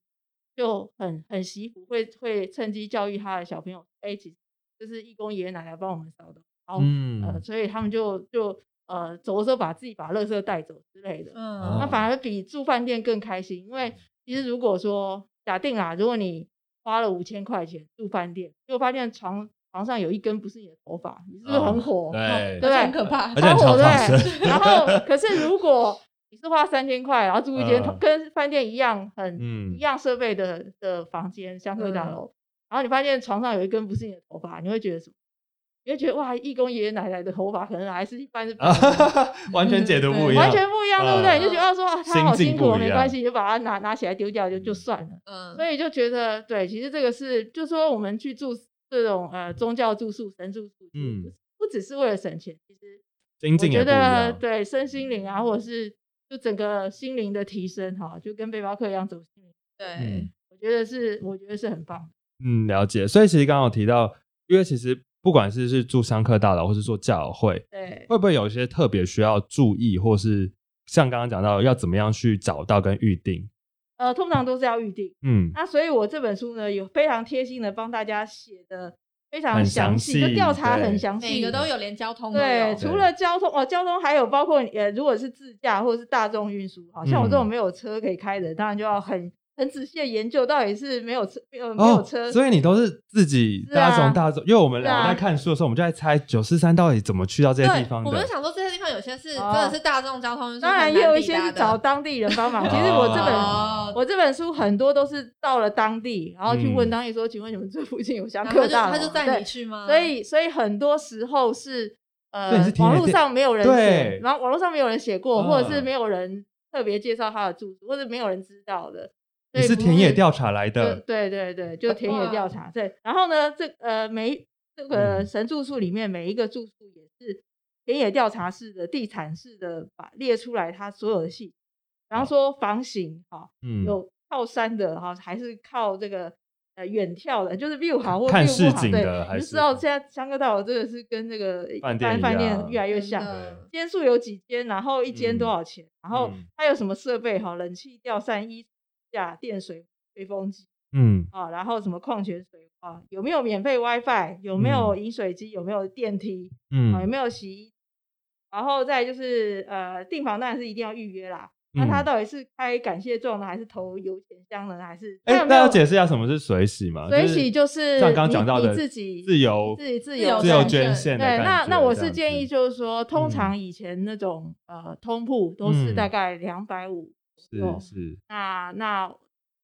C: 就很很惜福，会会趁机教育他的小朋友，哎、其实就是义工爷爷奶奶帮我们扫的，然后、呃，
B: 嗯，
C: 所以他们就就呃走的时候把自己把垃圾带走之类的。
A: 嗯
C: 那
B: 哦
C: 反而比住饭店更开心，因为其实如果说假定啊，如果你花了五千块钱住饭店，结果发现床床上有一根不是你的头发，你是不是很
B: 嗯
C: 火？
B: 对
C: 对
A: 而且很可怕
B: 而，且很
C: 火
B: 常
C: 对
B: 发生。
C: 然后可是如果你是花三千块，然后住一间、
B: 嗯
C: 跟饭店一样很、
B: 嗯
C: 一样设备的的房间，相对大
A: 嗯
C: 楼，然后你发现床上有一根不是你的头发，你会觉得什么？你会觉得哇，义工爷爷奶奶的头发可能还是一般是比较
B: 啊
C: 浓的，
B: 完全解读不一样，
C: 完全不一样，对不对？
A: 嗯
C: 你就觉得说啊，他
B: 心
C: 好
B: 境
C: 辛苦
B: 不
C: 哦，
B: 一
C: 没
B: 样
C: 关系，你就把它拿拿起来丢掉就就算了。
A: 嗯，
C: 所以就觉得，对，其实这个是，就说我们去住这种呃宗教住宿、神住宿，
B: 嗯
C: 嗯，不只是为了省钱，其实
B: 心
C: 我
B: 境也
C: 觉
B: 不一
C: 得
B: 样。嗯
C: 对身心灵啊，或者是就整个心灵的提升哈，就跟背包客一样走心灵，
A: 对
B: 嗯，
C: 我觉得是，我觉得是很棒的。
B: 嗯，了解。所以其实刚刚有提到，因为其实不管是是住香客大楼，或是做教会，
C: 对，
B: 会不会有一些特别需要注意，或是像刚刚讲到要怎么样去找到跟预定？
C: 呃，通常都是要预定。
B: 嗯
C: 那所以我这本书呢，有非常贴心的帮大家写的非常
B: 很
C: 详
B: 详
C: 细，就
B: 细
C: 调查
B: 对
C: 很详
D: 每
C: 细
D: 个。都有，连交通都
C: 嗯对，
D: 有。
C: 除了交通哦，交通还有包括呃，如果是自驾或者是大众运输，好像我这种
B: 嗯
C: 没有车可以开的，当然就要很很仔细的研究到底是没有车呃没有
B: 哦
C: 车，，
B: 所以你都是自己
C: 是
B: 大
C: 啊
B: 众大众，因为我们
C: 是
B: 两
C: 啊
B: 个在看书的时候，我们就在猜九四三到底怎么去到这些
A: 对
B: 地方，
A: 我们
B: 的
A: 就。想说这些地方有些是真
C: 哦
A: 的是大众交通运输
C: 当然
A: 很
C: 也
A: 难
C: 有一
A: 抵
C: 些
A: 达
C: 是
A: 的
C: 找当地人 帮忙。其实我这本
A: 哦
C: 我这本书很多都是到了当地，然后去问
B: 嗯
C: 当地说：“请问你们这附近有香
A: 然后
C: 客
A: 啊他就他就
C: 大楼吗？”
A: 带你去吗？
C: 对，所以所以很多时候是
B: 呃对你
C: 呃
B: 是，听
C: 网
B: 人
C: 络
B: 家
C: 上没有人写
B: 对，
C: 然后网络上没有人写过，或者是
B: 嗯
C: 没有人特别介绍他的住宿，或者没有人知道的。
B: 你
C: 所
B: 是
C: 以不
B: 田野调查来
C: 就
B: 的，
C: 对对对，就田野
A: 哇
C: 调查。对，然后呢，这呃每一这个
B: 嗯
C: 神住宿里面每一个住宿也是田野调查式的、地产式的，把列出来它所有的细节，然后
B: 好
C: 说房型哈、
B: 嗯，
C: 有靠山的哈，还是靠这个呃远眺的，就是 view 好或
B: 看
C: view 不
B: 市
C: 好，
B: 景
C: 对，
B: 的还
C: 你就是知道现在香格大楼真的是跟这个一
B: 饭
C: 般
B: 店一
C: 饭店
B: 样
C: 越来越
A: 真
C: 像，
A: 的
C: 间数有几间，然后一间多
B: 嗯
C: 少钱，然后
B: 嗯
C: 它有什么设备哈，冷气、吊扇、衣架、电水、吹风机
B: 嗯，
C: 啊，然后什么矿泉水啊，有没有免费 WiFi，有没有饮水机，有没有电梯啊，有
B: 嗯，
C: 没有洗衣，然后再就是呃，订房当然是一定要预约啦。那
B: 嗯
C: 他到底是开感谢状呢，还是投油钱箱呢，还是？
B: 哎
C: 它有，没
B: 那
C: 有
B: 要解释一下什么是水洗吗？
C: 水洗就是
B: 像刚刚
C: 你
B: 讲到
C: 你
B: 的
C: 自己
B: 自由
C: 自己自
D: 自
C: 由
D: 由
B: 自由
D: 捐
B: 捐
D: 献
B: 献的
C: 对，
B: 感
C: 那
B: 觉
C: 那我
B: 这
C: 是
B: 样
C: 建议
B: 子
C: 就是说，通
B: 嗯
C: 常以前那种、呃通铺都是大
B: 嗯
C: 概两百五，
B: 是是，
C: 那那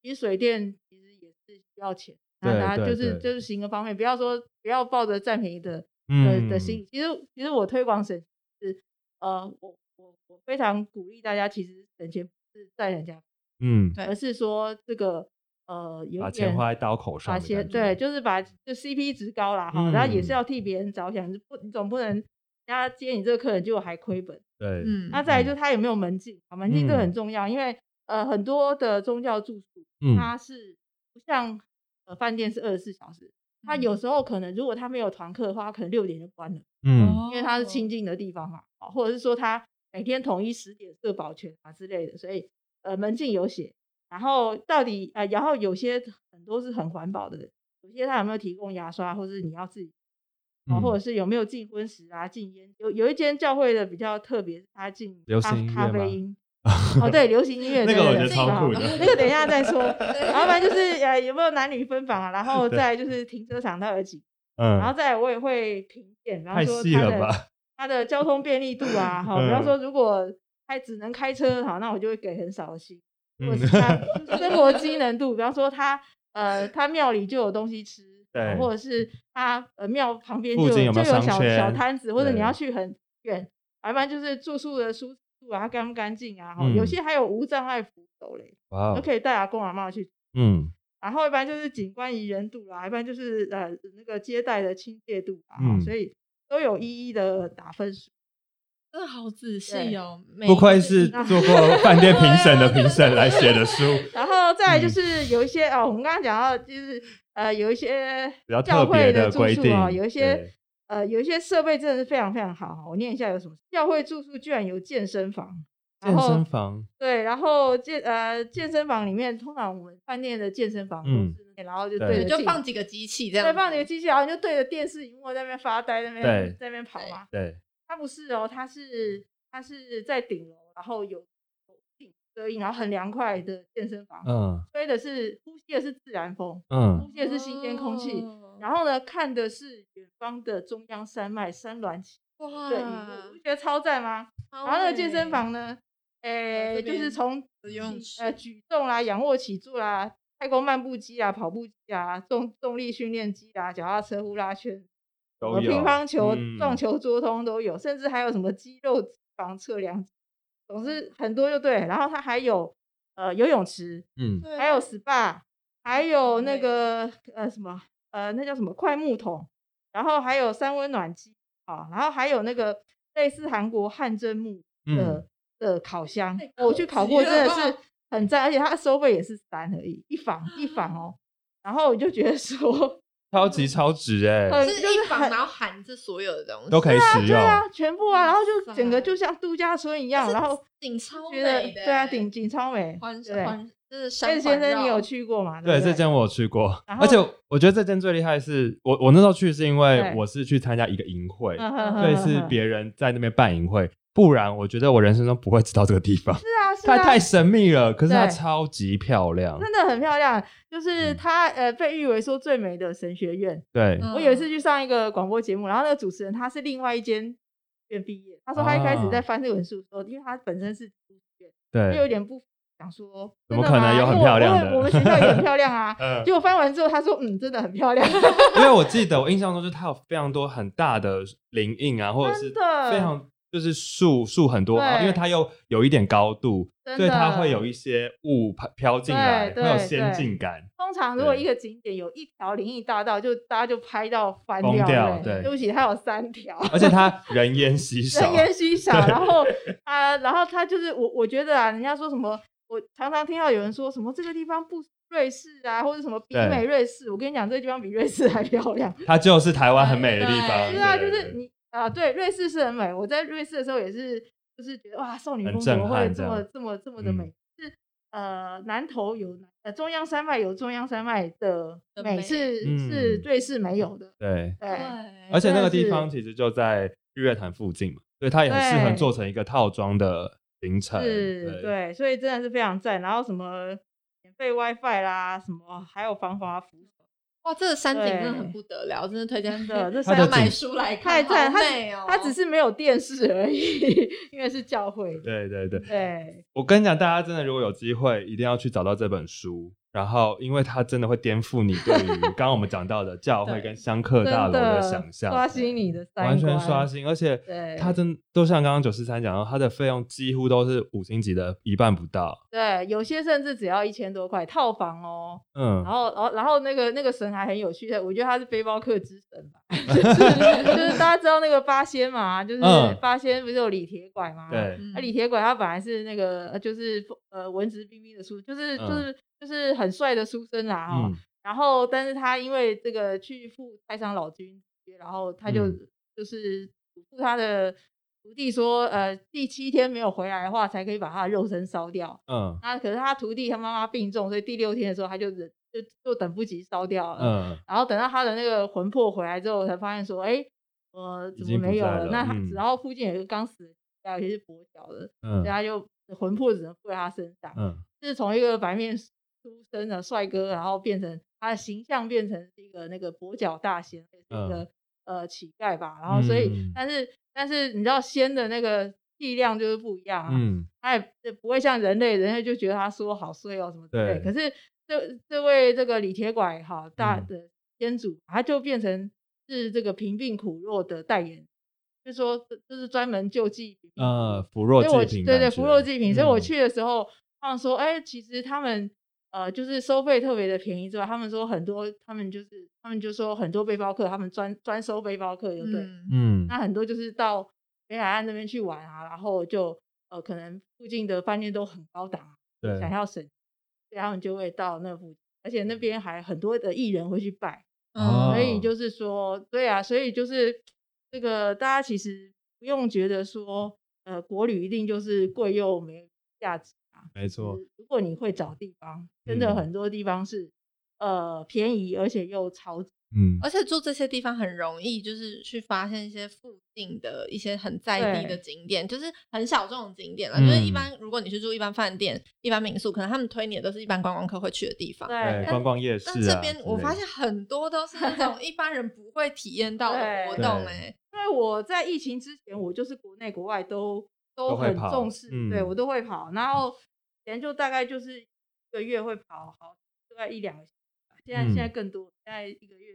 C: 其实水电其实也是需要钱，那
B: 对
C: 大家
B: 对
C: 就是
B: 对
C: 就是行个方面，不要说不要抱着占便宜的的
B: 嗯
C: 的心理。其实其实我推广省是呃，我我我非常鼓励大家，其实省钱不是占人家，
B: 嗯，
C: 而是说这个呃有
B: 把钱
C: 点
B: 花在刀口上
C: 把
B: 的感觉，
C: 钱对，就是把就 CP 值高啦哈，然后也是
B: 嗯
C: 要替别人着想，你不你总不能人家接你这个客人就还亏本。
B: 对，
A: 嗯，
C: 那再来就是他有没有门禁，啊门禁这
B: 嗯
C: 很重要，因为呃很多的宗教住宿
B: 嗯，
C: 它是不像呃饭店是二十四小时，它有时候可能如果他没有团客的话，它可能六点就关了，
A: 哦
B: 嗯，
C: 因为它是亲近的地方嘛，啊或者是说它每天统一十点社保全啊之类的，所以呃门禁有写。然后到底呃，然后有些很多是很环保的，有些他有没有提供牙刷，或是你要自己啊，
B: 嗯
C: 或者是有没有禁荤食啊、禁烟？有有一间教会的比较特别，它禁
B: 流
C: 咖
B: 行音乐
C: 咖啡
B: 吗
C: 因。哦，对，流行音乐
B: 那
C: 对
B: 个
C: 对
B: 我
C: 对
B: 觉得超酷的
C: 好那个等一下 再说。然后反正就是呃，有没有男女分房啊？ 然后
B: 对
C: 再就是停车场到有几，然后
B: 嗯，
C: 再来我也会评鉴，然后
B: 太
C: 说
B: 细
C: 它
B: 了
C: 的
B: 吧，
C: 它的交通便利度啊，哈，比方
B: 嗯
C: 说如果开只能开车，好，那我就会给很少的薪。如果
B: 嗯
C: 是他生活机能度，比方说他呃，他庙里就有东西吃，
B: 对
C: 或者是他呃庙旁边就
B: 附近有
C: 就
B: 没有
C: 有
B: 商
C: 小小
B: 圈
C: 摊子，或者你
B: 对
C: 要去很远，要不然就是住宿的舒服啊，干不干净啊，哈
B: 嗯
C: 有些还有无障碍扶手嘞，
B: 哇
C: 都
B: 哦，
C: 可以带阿公阿妈去。
B: 嗯
C: 然后一般就是景观宜人度啦，一般就是呃那个接待的亲切度啊，哈
B: 嗯
C: 所以都有一一的打分数。
A: 真的好仔细
C: 对
A: 哦，每
B: 不
A: 一
B: 愧
A: 个
B: 是
A: 地方
B: 做过饭店评审的评审来写的书，
C: 然后再来就
B: 嗯
C: 是有一些啊、哦，我们刚刚讲到就是呃，有一些
B: 比较
C: 教
B: 特
C: 会
B: 别
C: 的住
B: 规
C: 宿
B: 定
C: 啊、有一些
B: 对
C: 呃，有一些设备真的是非常非常好。我念一下有什么，教会住宿居然有健身房，然
B: 健
C: 后
B: 身房，
C: 对，然后健呃健身房里面通常我们饭店的健身房都
B: 嗯
C: 是那，然后就
B: 对
C: 对
A: 对
C: 着
A: 就
C: 镜
A: 放几个机器这样
C: 对
A: 子，
C: 放几个机器，然后你就对着电视荧幕在那边发呆，在那边
B: 对
C: 在那边跑嘛。
B: 对，
C: 它不是哦，它是它是在顶楼，然后有有镜遮阴，然后很凉快的健身房。
B: 嗯
C: 吹的是呼吸的是自然风，
B: 嗯
C: 呼吸的是新鲜空气，
A: 哦
C: 然后呢看的是远方的中央山脉山峦起伏
A: 哇，
C: 的雨幕，你不觉得超赞吗？
A: 然
C: 然后那个健身房呢，诶、
A: 这
C: 就
A: 边
C: 是从
A: 游泳
C: 举呃举重啦、仰卧起坐啦、太空漫步机啊、跑步机啊、重重力训练机啊、脚踏车、呼啦圈，什
B: 都
C: 么乒
B: 有
C: 乓球、
B: 嗯
C: 撞球桌通都有，甚至还有什么肌肉脂肪测量，总之很多就对了。然后它还有呃游泳池，
B: 嗯，
A: 啊
C: 还有 SPA，还有那
A: 对
C: 个呃什么呃那叫什么快木桶，然后还有三温暖机啊，然后还有那个类似韩国汗蒸木的、的烤箱，
A: 嗯太
C: 我去
A: 高
C: 烤
A: 级
C: 过，
A: 了
C: 真的
A: 吧
C: 是很赞，而且它的收费也是三而已，一房一房哦。
A: 啊
C: 然后我就觉 得说，
B: 超级超值哎、
C: 呃
A: 是
C: 就是
A: 一房，
C: 很
A: 然后含着所有的东西，
B: 都可以使
C: 对
B: 用，
C: 啊，全部
A: 嗯
C: 啊，然后就整个
A: 哇
C: 就像度假村一样，
A: 是
C: 然后
A: 顶超
C: 觉得
A: 美的
C: 对啊，
A: 欸
C: 顶顶超美，
A: 环
C: 对
A: 环就是山
C: 但
A: 环
C: 先生，
A: 绕
C: 你有去过吗？
B: 对，
C: 不对
B: 这间我有去过，
C: 然
B: 而且
C: 后
B: 我觉得这间最厉害的是我我那时候去是因为
C: 对
B: 我是去参加一个营会，
C: 嗯哼哼
B: 所以
C: 哼
B: 是
C: 哼
B: 别人在那边办营会，不然我觉得我人生中不会知道这个地方，
C: 是啊，是
B: 它
C: 啊，
B: 太神秘了，可是它
C: 对
B: 超级漂亮，
C: 真的很漂亮，就是
B: 嗯
C: 它呃被誉为说最美的神学院。
B: 对，
A: 嗯
C: 我有一次去上一个广播节目，然后那个主持人他是另外一间院毕业，他说他一开始
B: 啊
C: 在翻这本书的时候，因为他本身是读书院，就有
B: 对，
C: 点不服想说，
B: 怎么
C: 真的
B: 可能
C: 吗
B: 有很
C: 因为
B: 漂
C: 我
B: 亮
C: 因为
B: 的。
C: 我们学校也很漂亮啊
B: 嗯
C: 结果翻完之后，他说：“嗯，真的很 漂亮。
B: 因为我记得我印象中就是它有非常多很大的林荫啊，或者是
C: 真的
B: 非常就是树树很多，
C: 对
B: 然后因为它又有一点高度，
C: 真的
B: 所以它会有一些雾飘飘进来，会
C: 对
B: 有
C: 对
B: 仙境感。”
C: 通常如果
B: 对
C: 一个景点有一条灵异大道，就大家就拍到翻
B: 疯
C: 掉
B: 掉
C: 了。
B: 对
C: 对不起，它有三条。
B: 而且它人烟稀少
C: 人，烟稀少，然后啊、然后他就是我，我觉得啊，人家说什么，我常常听到有人说什么这个地方不瑞士啊，或者什么比
B: 对
C: 美瑞士，我跟你讲，这个地方比瑞士还漂亮。
B: 它就是台湾很美的地方。
C: 是啊，
B: 对
C: 就是
B: 对
C: 你啊、对，瑞士是很美。我在瑞士的时候也是，就是觉得哇，少女
B: 很
C: 峰
B: 震
C: 怎么会
B: 撼
C: 这
B: 这
C: 么
B: 样嗯
C: 这么这么的美？是呃，南头有南呃中央山脉有中央山脉的
A: 的
C: 美，
A: 美
C: 是是
B: 嗯
C: 瑞士没有的。
B: 对，
C: 对，
A: 对，
B: 而且那个
C: 哎真的
B: 地
C: 是
B: 方其实就在日月潭附近嘛，所以它也很适合
C: 对
B: 做成一个套装的行程。
C: 是，对，所以真的是非常赞。然后什么免费 WiFi 啦，什么还有防滑扶手，
A: 哇，这个山景真的很
C: 对
A: 不得了，真的推荐
C: 真的这
A: 大
B: 山
A: 家
B: 景
A: 买书来看，
C: 太赞！
A: 好
C: 它
A: 美哦，
C: 它只是没有电视而已， 因为是教会的。
B: 对对对，
C: 对，
B: 我跟你讲，大家真的如果有机会，一定要去找到这本书。然后，因为它真的会颠覆你对于刚刚我们讲到的教会
A: 对
B: 跟香客
C: 真
B: 大楼的
C: 的
B: 想象，
C: 刷新你的三
B: 完全
C: 观，
B: 刷新。而且
C: 对，
B: 它真都像刚刚九四三讲到，它的费用几乎都是五星级的一半不到。
C: 对，有些甚至只要一千多块套房哦。
B: 嗯
C: 然，后，然后，然后那个那个神还很有趣的，我觉得他是背包客之神吧， 就是就是大家知道那个八仙嘛，就是
B: 嗯
C: 八仙不是有李铁拐吗？
B: 对，
A: 嗯
C: 那啊李铁拐他本来是那个呃就是呃文质彬彬的书，就是就
B: 嗯
C: 是、就是很帅的书生啦哈、
B: 嗯，
C: 然后，但是他因为这个去赴太上老君，然后他就、
B: 嗯
C: 就是嘱咐他的徒弟说，呃，第七天没有回来的话，才可以把他的肉身烧掉。
B: 嗯，
C: 那可是他徒弟他妈妈病重，所以第六天的时候他就忍就就等不及烧掉了。
B: 嗯，
C: 然后等到他的那个魂魄回来之后，才发现说，哎，呃，
B: 已
C: 怎
B: 经
C: 么
B: 不
C: 没有
B: 在
C: 了？
B: 了
C: 那他、
B: 嗯
C: 然后附近有一个刚死的乞丐，也是跛脚的，所以
B: 嗯，
C: 他就魂魄只能附在他身上。
B: 嗯，
C: 是从一个白面书生的帅哥，然后变成他的形象变成是一个那个跛脚大仙，是一个、呃乞丐吧。然后所以，
B: 嗯
C: 但是但是你知道仙的那个力量就是不一样啊，
B: 嗯，
C: 他也不会像人类，人类就觉得他说好衰哦什么之类。
B: 对
C: 可是这这位这个李铁拐哈大
B: 嗯
C: 的仙主，他就变成是这个贫病苦弱的代言，就说这这是专门救济贫病苦弱
B: 呃，扶弱
C: 嗯所以我
B: 济
C: 去
B: 贫，
C: 对对
B: 感
C: 扶
B: 觉
C: 弱济贫，所以我
B: 嗯
C: 去的时候，他们说，哎，其实他们呃就是收费特别的便宜之外，他们说很多，他们就是他们就说很多背包客，他们专专收背包客，就对，
A: 嗯
B: 嗯，
C: 那很多就是到北海岸那边去玩啊，然后就呃可能附近的饭店都很高档啊，
B: 对，嗯
C: 想要省，所以他们就会到那附近，而且那边还很多的艺人会去拜，
B: 哦
A: 嗯
C: 所以就是说，对啊，所以就是这个大家其实不用觉得说，呃，国旅一定就是贵又没价值啊。
B: 没错
C: 就，是如果你会找地方，真的
B: 嗯
C: 很多地方是、呃便宜而且又超值。
B: 嗯，
A: 而且住这些地方很容易，就是去发现一些附近的一些很在地的
C: 对
A: 景点，就是很小众的景点啦。
B: 嗯
A: 就是一般如果你去住一般饭店、一般民宿，可能他们推你的都是一般观光客会去的地方。
B: 啊对，
C: 对，
B: 观光夜市
A: 但
B: 啊
A: 这边
B: 之
A: 我
B: 类
A: 发
B: 的
A: 现很多都是那种一般人不会体验到的活动、
B: 对
A: 哎，
C: 因为我在疫情之前，我就是国内国外都
B: 都
C: 都
B: 会
C: 很
B: 跑
C: 重视，对
B: 嗯
C: 我都会跑。然后以前就大概就是一个月会跑好大概一两个小时吧，现在、现在
B: 嗯
C: 更多，现在一个月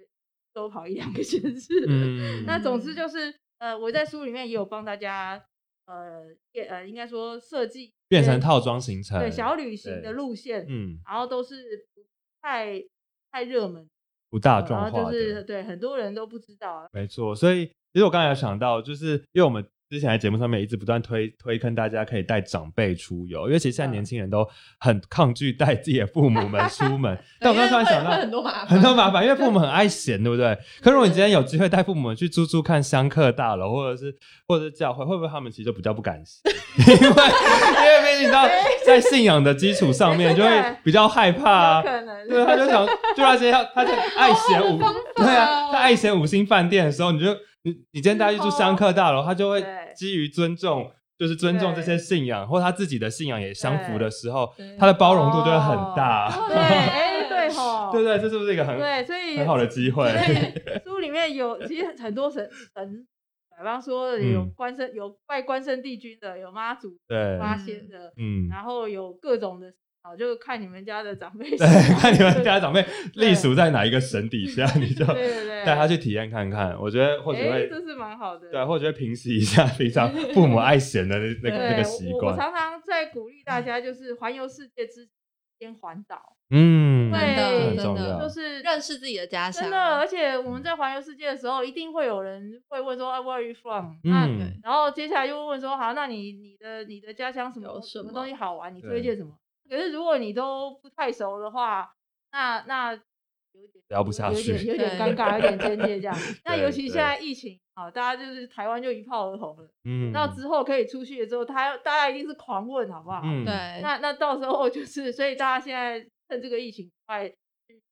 C: 都跑一两个小时。
B: 嗯，
C: 那总之
A: 嗯
C: 就是呃，我在书里面也有帮大家呃也呃应该说设计一
B: 变
C: 些
B: 成套装行程，
C: 对小旅行
B: 对
C: 的路线，
B: 嗯，
C: 然后都是不太太热门的，
B: 不大众
C: 呃然
B: 化
C: 后就
B: 的，
C: 是对很多人都不知道，
B: 没错，所以其实我刚才有想到，就是因为我们之前在节目上面一直不断推推坑大家可以带长辈出游，因为其实现在
C: 嗯
B: 年轻人都很抗拒带自己的父母们出 门。但我刚刚突然想
A: 因为会会很
B: 到。
A: 多麻
B: 很
A: 烦，
B: 多麻烦，因为父母很爱闲，对不对？可如果你今天有机会带父母们去住住看香客大楼，或者是或者是教会，会不会他们其实就比较不敢闲？ 因为因为毕竟你 知道，在信仰的基础上面，就会比较害怕啊
C: 有。可能
B: 对，他就想，就那些要他在爱嫌五，对啊，他爱嫌五星饭店的时候，你就你你今天带他去住香客大楼，他就会
C: 对
B: 基于尊重，就是尊重这
C: 对
B: 些信仰，或他自己的信仰也相符的时候
A: 对，
B: 他的包容度就会很
C: 哦
B: 大，
C: 对，哎，对吼，
B: 对不对？这是不是一个很
C: 对，所以
B: 很好的机会？
C: 对，书里面有其实很多神神，比方说有
B: 嗯
C: 关圣有拜关圣帝君的，有妈祖的、
B: 对，
C: 八仙的，
B: 嗯，
C: 然后有各种的，哦，就看你们家的长辈。
B: 对， 看你们家长辈隶属在哪一个神底下，你就
C: 对对对，
B: 带他去体验看看，我觉得或许
C: 哎，
B: 会
C: 这是蛮好的。
B: 对，啊或许会平息一下平常父母爱闲的那那个
C: 对
B: 那个习
C: 我我
B: 惯。
C: 常常在鼓励大家，就是环游世界之前先环岛，
B: 嗯，
C: 对
B: 这很
C: 真
B: 重
A: 的
B: 要，
C: 就是
A: 认识自己的家乡，啊
C: 真的，而且我们在环游世界的时候，一定会有人会问说、啊、，Where are you from？、那
B: 嗯，
C: 然后接下来又问说，好，那你你的你的家乡什么
A: 有什
C: 什
A: 么
C: 么东西好玩？你
B: 对
C: 推荐什么？可是如果你都不太熟的话，那那有点
B: 聊不下
C: 有点
B: 去
C: 有
A: 对
C: 点尴尬，有点尴尬这样。那
B: 对
C: 尤其
B: 对
C: 现在疫情，好，大家就是台湾就一炮而红了。
B: 嗯，
C: 那之后可以出去了之后，他大家一定是狂问，好不好？
B: 嗯，
A: 对，
C: 那那到时候就是，所以大家现在趁这个疫情快去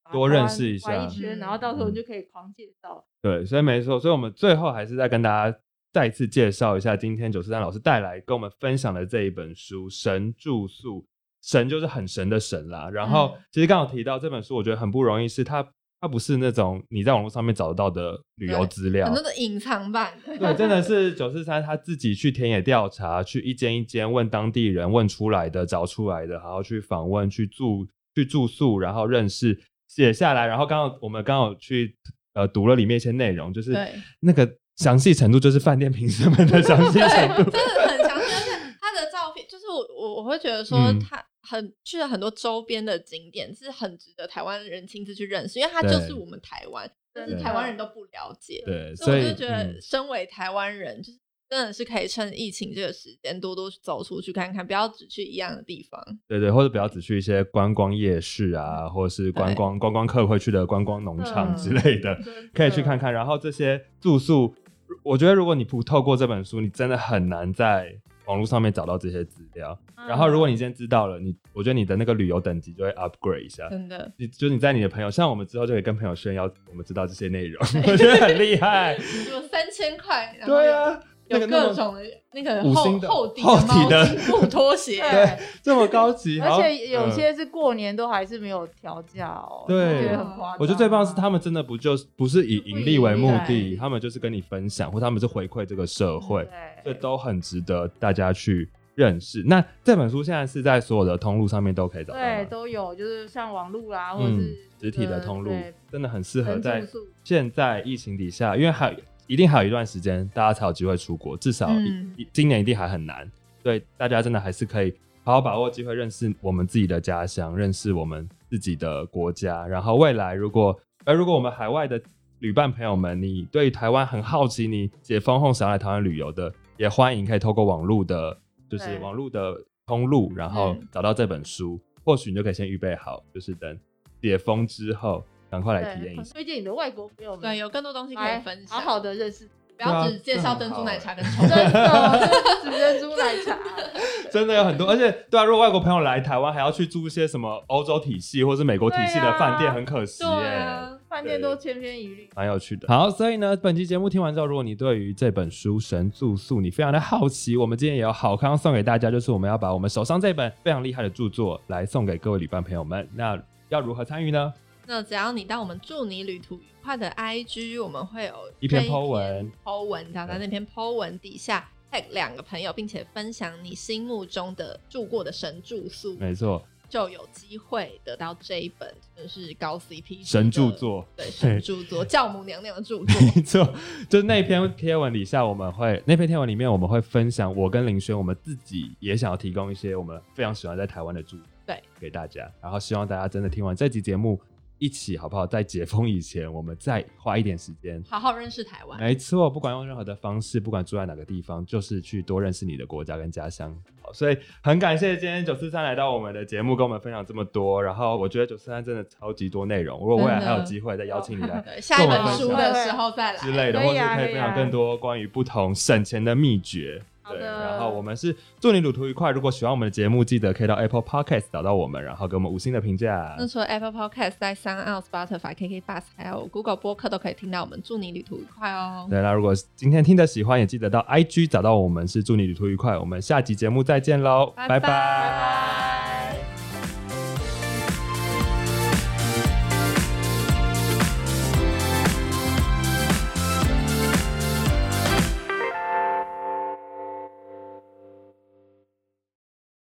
C: 把
B: 多
C: 台
B: 认
C: 湾
B: 识一
C: 玩一
B: 下
C: 圈，然后到时
B: 嗯
C: 候你就可以狂介绍。
B: 对，所以没错，所以我们最后还是再跟大家再次介绍一下，今天九四三老师带来跟我们分享的这一本书《神住宿》，神就是很神的神啦。然后
A: 嗯
B: 其实刚好提到这本书，我觉得很不容易，是它它不是那种你在网络上面找得到的旅游
A: 对
B: 资料
A: 很，多的隐藏版 的，
B: 对，真的是九四三他自己去田野调查，去一间一间问当地人，问出来的，找出来的，然后去访问，去住去住宿，然后认识，写下来。然后刚刚我们刚好去呃读了里面一些内容，就是
A: 对
B: 那个详细程度，就是饭店评审们的详细程 度。
A: 真的很强势，而且他的照片，就是我我我会觉得说
B: 嗯
A: 他很去了很多周边的景点，是很值得台湾人亲自去认识，因为他就
B: 对
A: 是我们台湾，但是
C: 真的
A: 台湾人都不了解，
B: 对，
A: 所
B: 所
A: 以
B: 以
A: 我就觉
B: 嗯
A: 得身为台湾人，就是真的是可以趁疫情这个时间多多走出去看看，不要只去一样的地方。
B: 对对，或者不要只去一些观光夜市啊，或者是观
A: 对
B: 光观光客会去的观光农场
C: 嗯
B: 之类的。
C: 真
B: 可以
C: 的
B: 去看看。然后这些住宿，我觉得如果你不透过这本书，你真的很难在网络上面找到这些资料。
C: 嗯
B: 然后如果你今天知道了，你我觉得你的那个旅游等级就会 upgrade 一下。
A: 真的，
B: 你就是你在你的朋友，像我们之后就可以跟朋友炫耀我们知道这些内 容，我觉得很厉害。
C: 啊
A: 就三千块，然后
B: 对啊，那
A: 有
B: 个
A: 有
B: 那
A: 各
B: 种
A: 种的那个
B: 五
A: 厚
B: 星的
A: 厚底
B: 厚
A: 的
B: 底
A: 毛
B: 的
A: 巾布拖 鞋，
C: 对，
B: 这么高 级，然后
C: 哎而且有、
B: 嗯
C: 些是过年都还是没有调价哦，
B: 对
C: 就觉得很夸张。
B: 我觉得最棒是他们真的不就是不是以盈利为目
C: 不以盈
B: 的，
C: 利
B: 他们就是跟你分享，或他们是回馈这个社会。这
C: 对，
B: 都很值得大家去认识。那这本书现在是在所有的通路上面都可以找到吗，
C: 对都有，就是像网路啦，或者
B: 嗯
C: 是，呃
B: 实体的通路
C: 对
B: 真的很适合
C: 人
B: 在
C: 住宿，
B: 现在疫情底下，因为还一定还有一段时间大家才有机会出国，至少一、
A: 嗯
B: 一今年一定还很难，所以大家真的还是可以好好把握机会，认识我们自己的家乡，认识我们自己的国家。然后未来如果而如果我们海外的旅伴朋友们，你对于台湾很好奇，你解封后想要来台湾旅游的，也欢迎可以透过网络的，就是
C: 对
B: 网络的通路，然后
A: 嗯
B: 找到这本书，或许你就可以先预备好，就是等解封之后，赶快来体验
C: 对，
B: 一下
C: 很。推荐你的外国朋友们，
A: 对，有更多东西可以
C: 来
A: 分享，
C: 好好的认识，
A: 不要只
B: 对啊
A: 介绍珍珠奶茶跟冲
C: 真的， 真的是珍珠奶茶，
B: 真的有很多，而且对啊，如果外国朋友来台湾，还要去住一些什么欧洲体系或是美国体系的饭店，
C: 对啊
B: 很可惜耶、
A: 对啊，
C: 饭店都千篇一律。
B: 蛮有趣的。好，所以呢，本期节目听完之后，如果你对于这本书《神住宿》你非常的好奇，我们今天也有好康送给大家，就是我们要把我们手上这本非常厉害的著作来送给各位旅伴朋友们。那要如何参与呢？
A: 那只要你到我们祝你旅途愉快的 IG，我们会有
B: 一篇
A: 这
B: po 文
A: ，po 文，然后在那篇 po 文底下 tag 两个朋友，并且分享你心目中的住过的神住宿，
B: 没错，
A: 就有机会得到这一本就是高 CP 值的
B: 神著，作。
A: 对神著作，教母娘娘的 著作，
B: 没错，就是那篇贴文底下，我们会那篇贴文里面我们会分享我跟林轩我们自己也想要提供一些我们非常喜欢在台湾的住
A: 对
B: 给大家，然后希望大家真的听完这集节目，一起好不好？在解封以前，我们再花一点时间。
A: 好好认识台湾。
B: 没错，不管用任何的方式，不管住在哪个地方，就是去多认识你的国家跟家乡。好，所以很感谢今天九四三来到我们的节目，跟我们分享这么多。然后我觉得九四三真的超级多内容，如果未
A: 真
B: 来
A: 的
B: 还有机会再邀请你 来
A: 对，下一
B: 跟我
A: 本
B: 们
A: 书
B: 分享
A: 的时候再来
B: 之类的，
C: 可
B: 或
C: 以
B: 者
C: 啊
B: 可以
C: 可以
B: 分享
C: 啊
B: 更多关于不同省钱的秘诀。
C: 好
B: 对，
C: 的
B: 然后我们是祝你旅途愉快。如果喜欢我们的节目，记得可以到 Apple Podcast 找到我们，然后给我们五星的评价。
A: 那除了 Apple Podcast，在 s o u n Spotify、KK Bus 还有 Google 播客都可以听到我们。祝你旅途愉快哦！
B: 对，那如果今天听的喜欢，也记得到 IG 找到我们，是祝你旅途愉快。我们下集节目再见喽，拜
A: 拜拜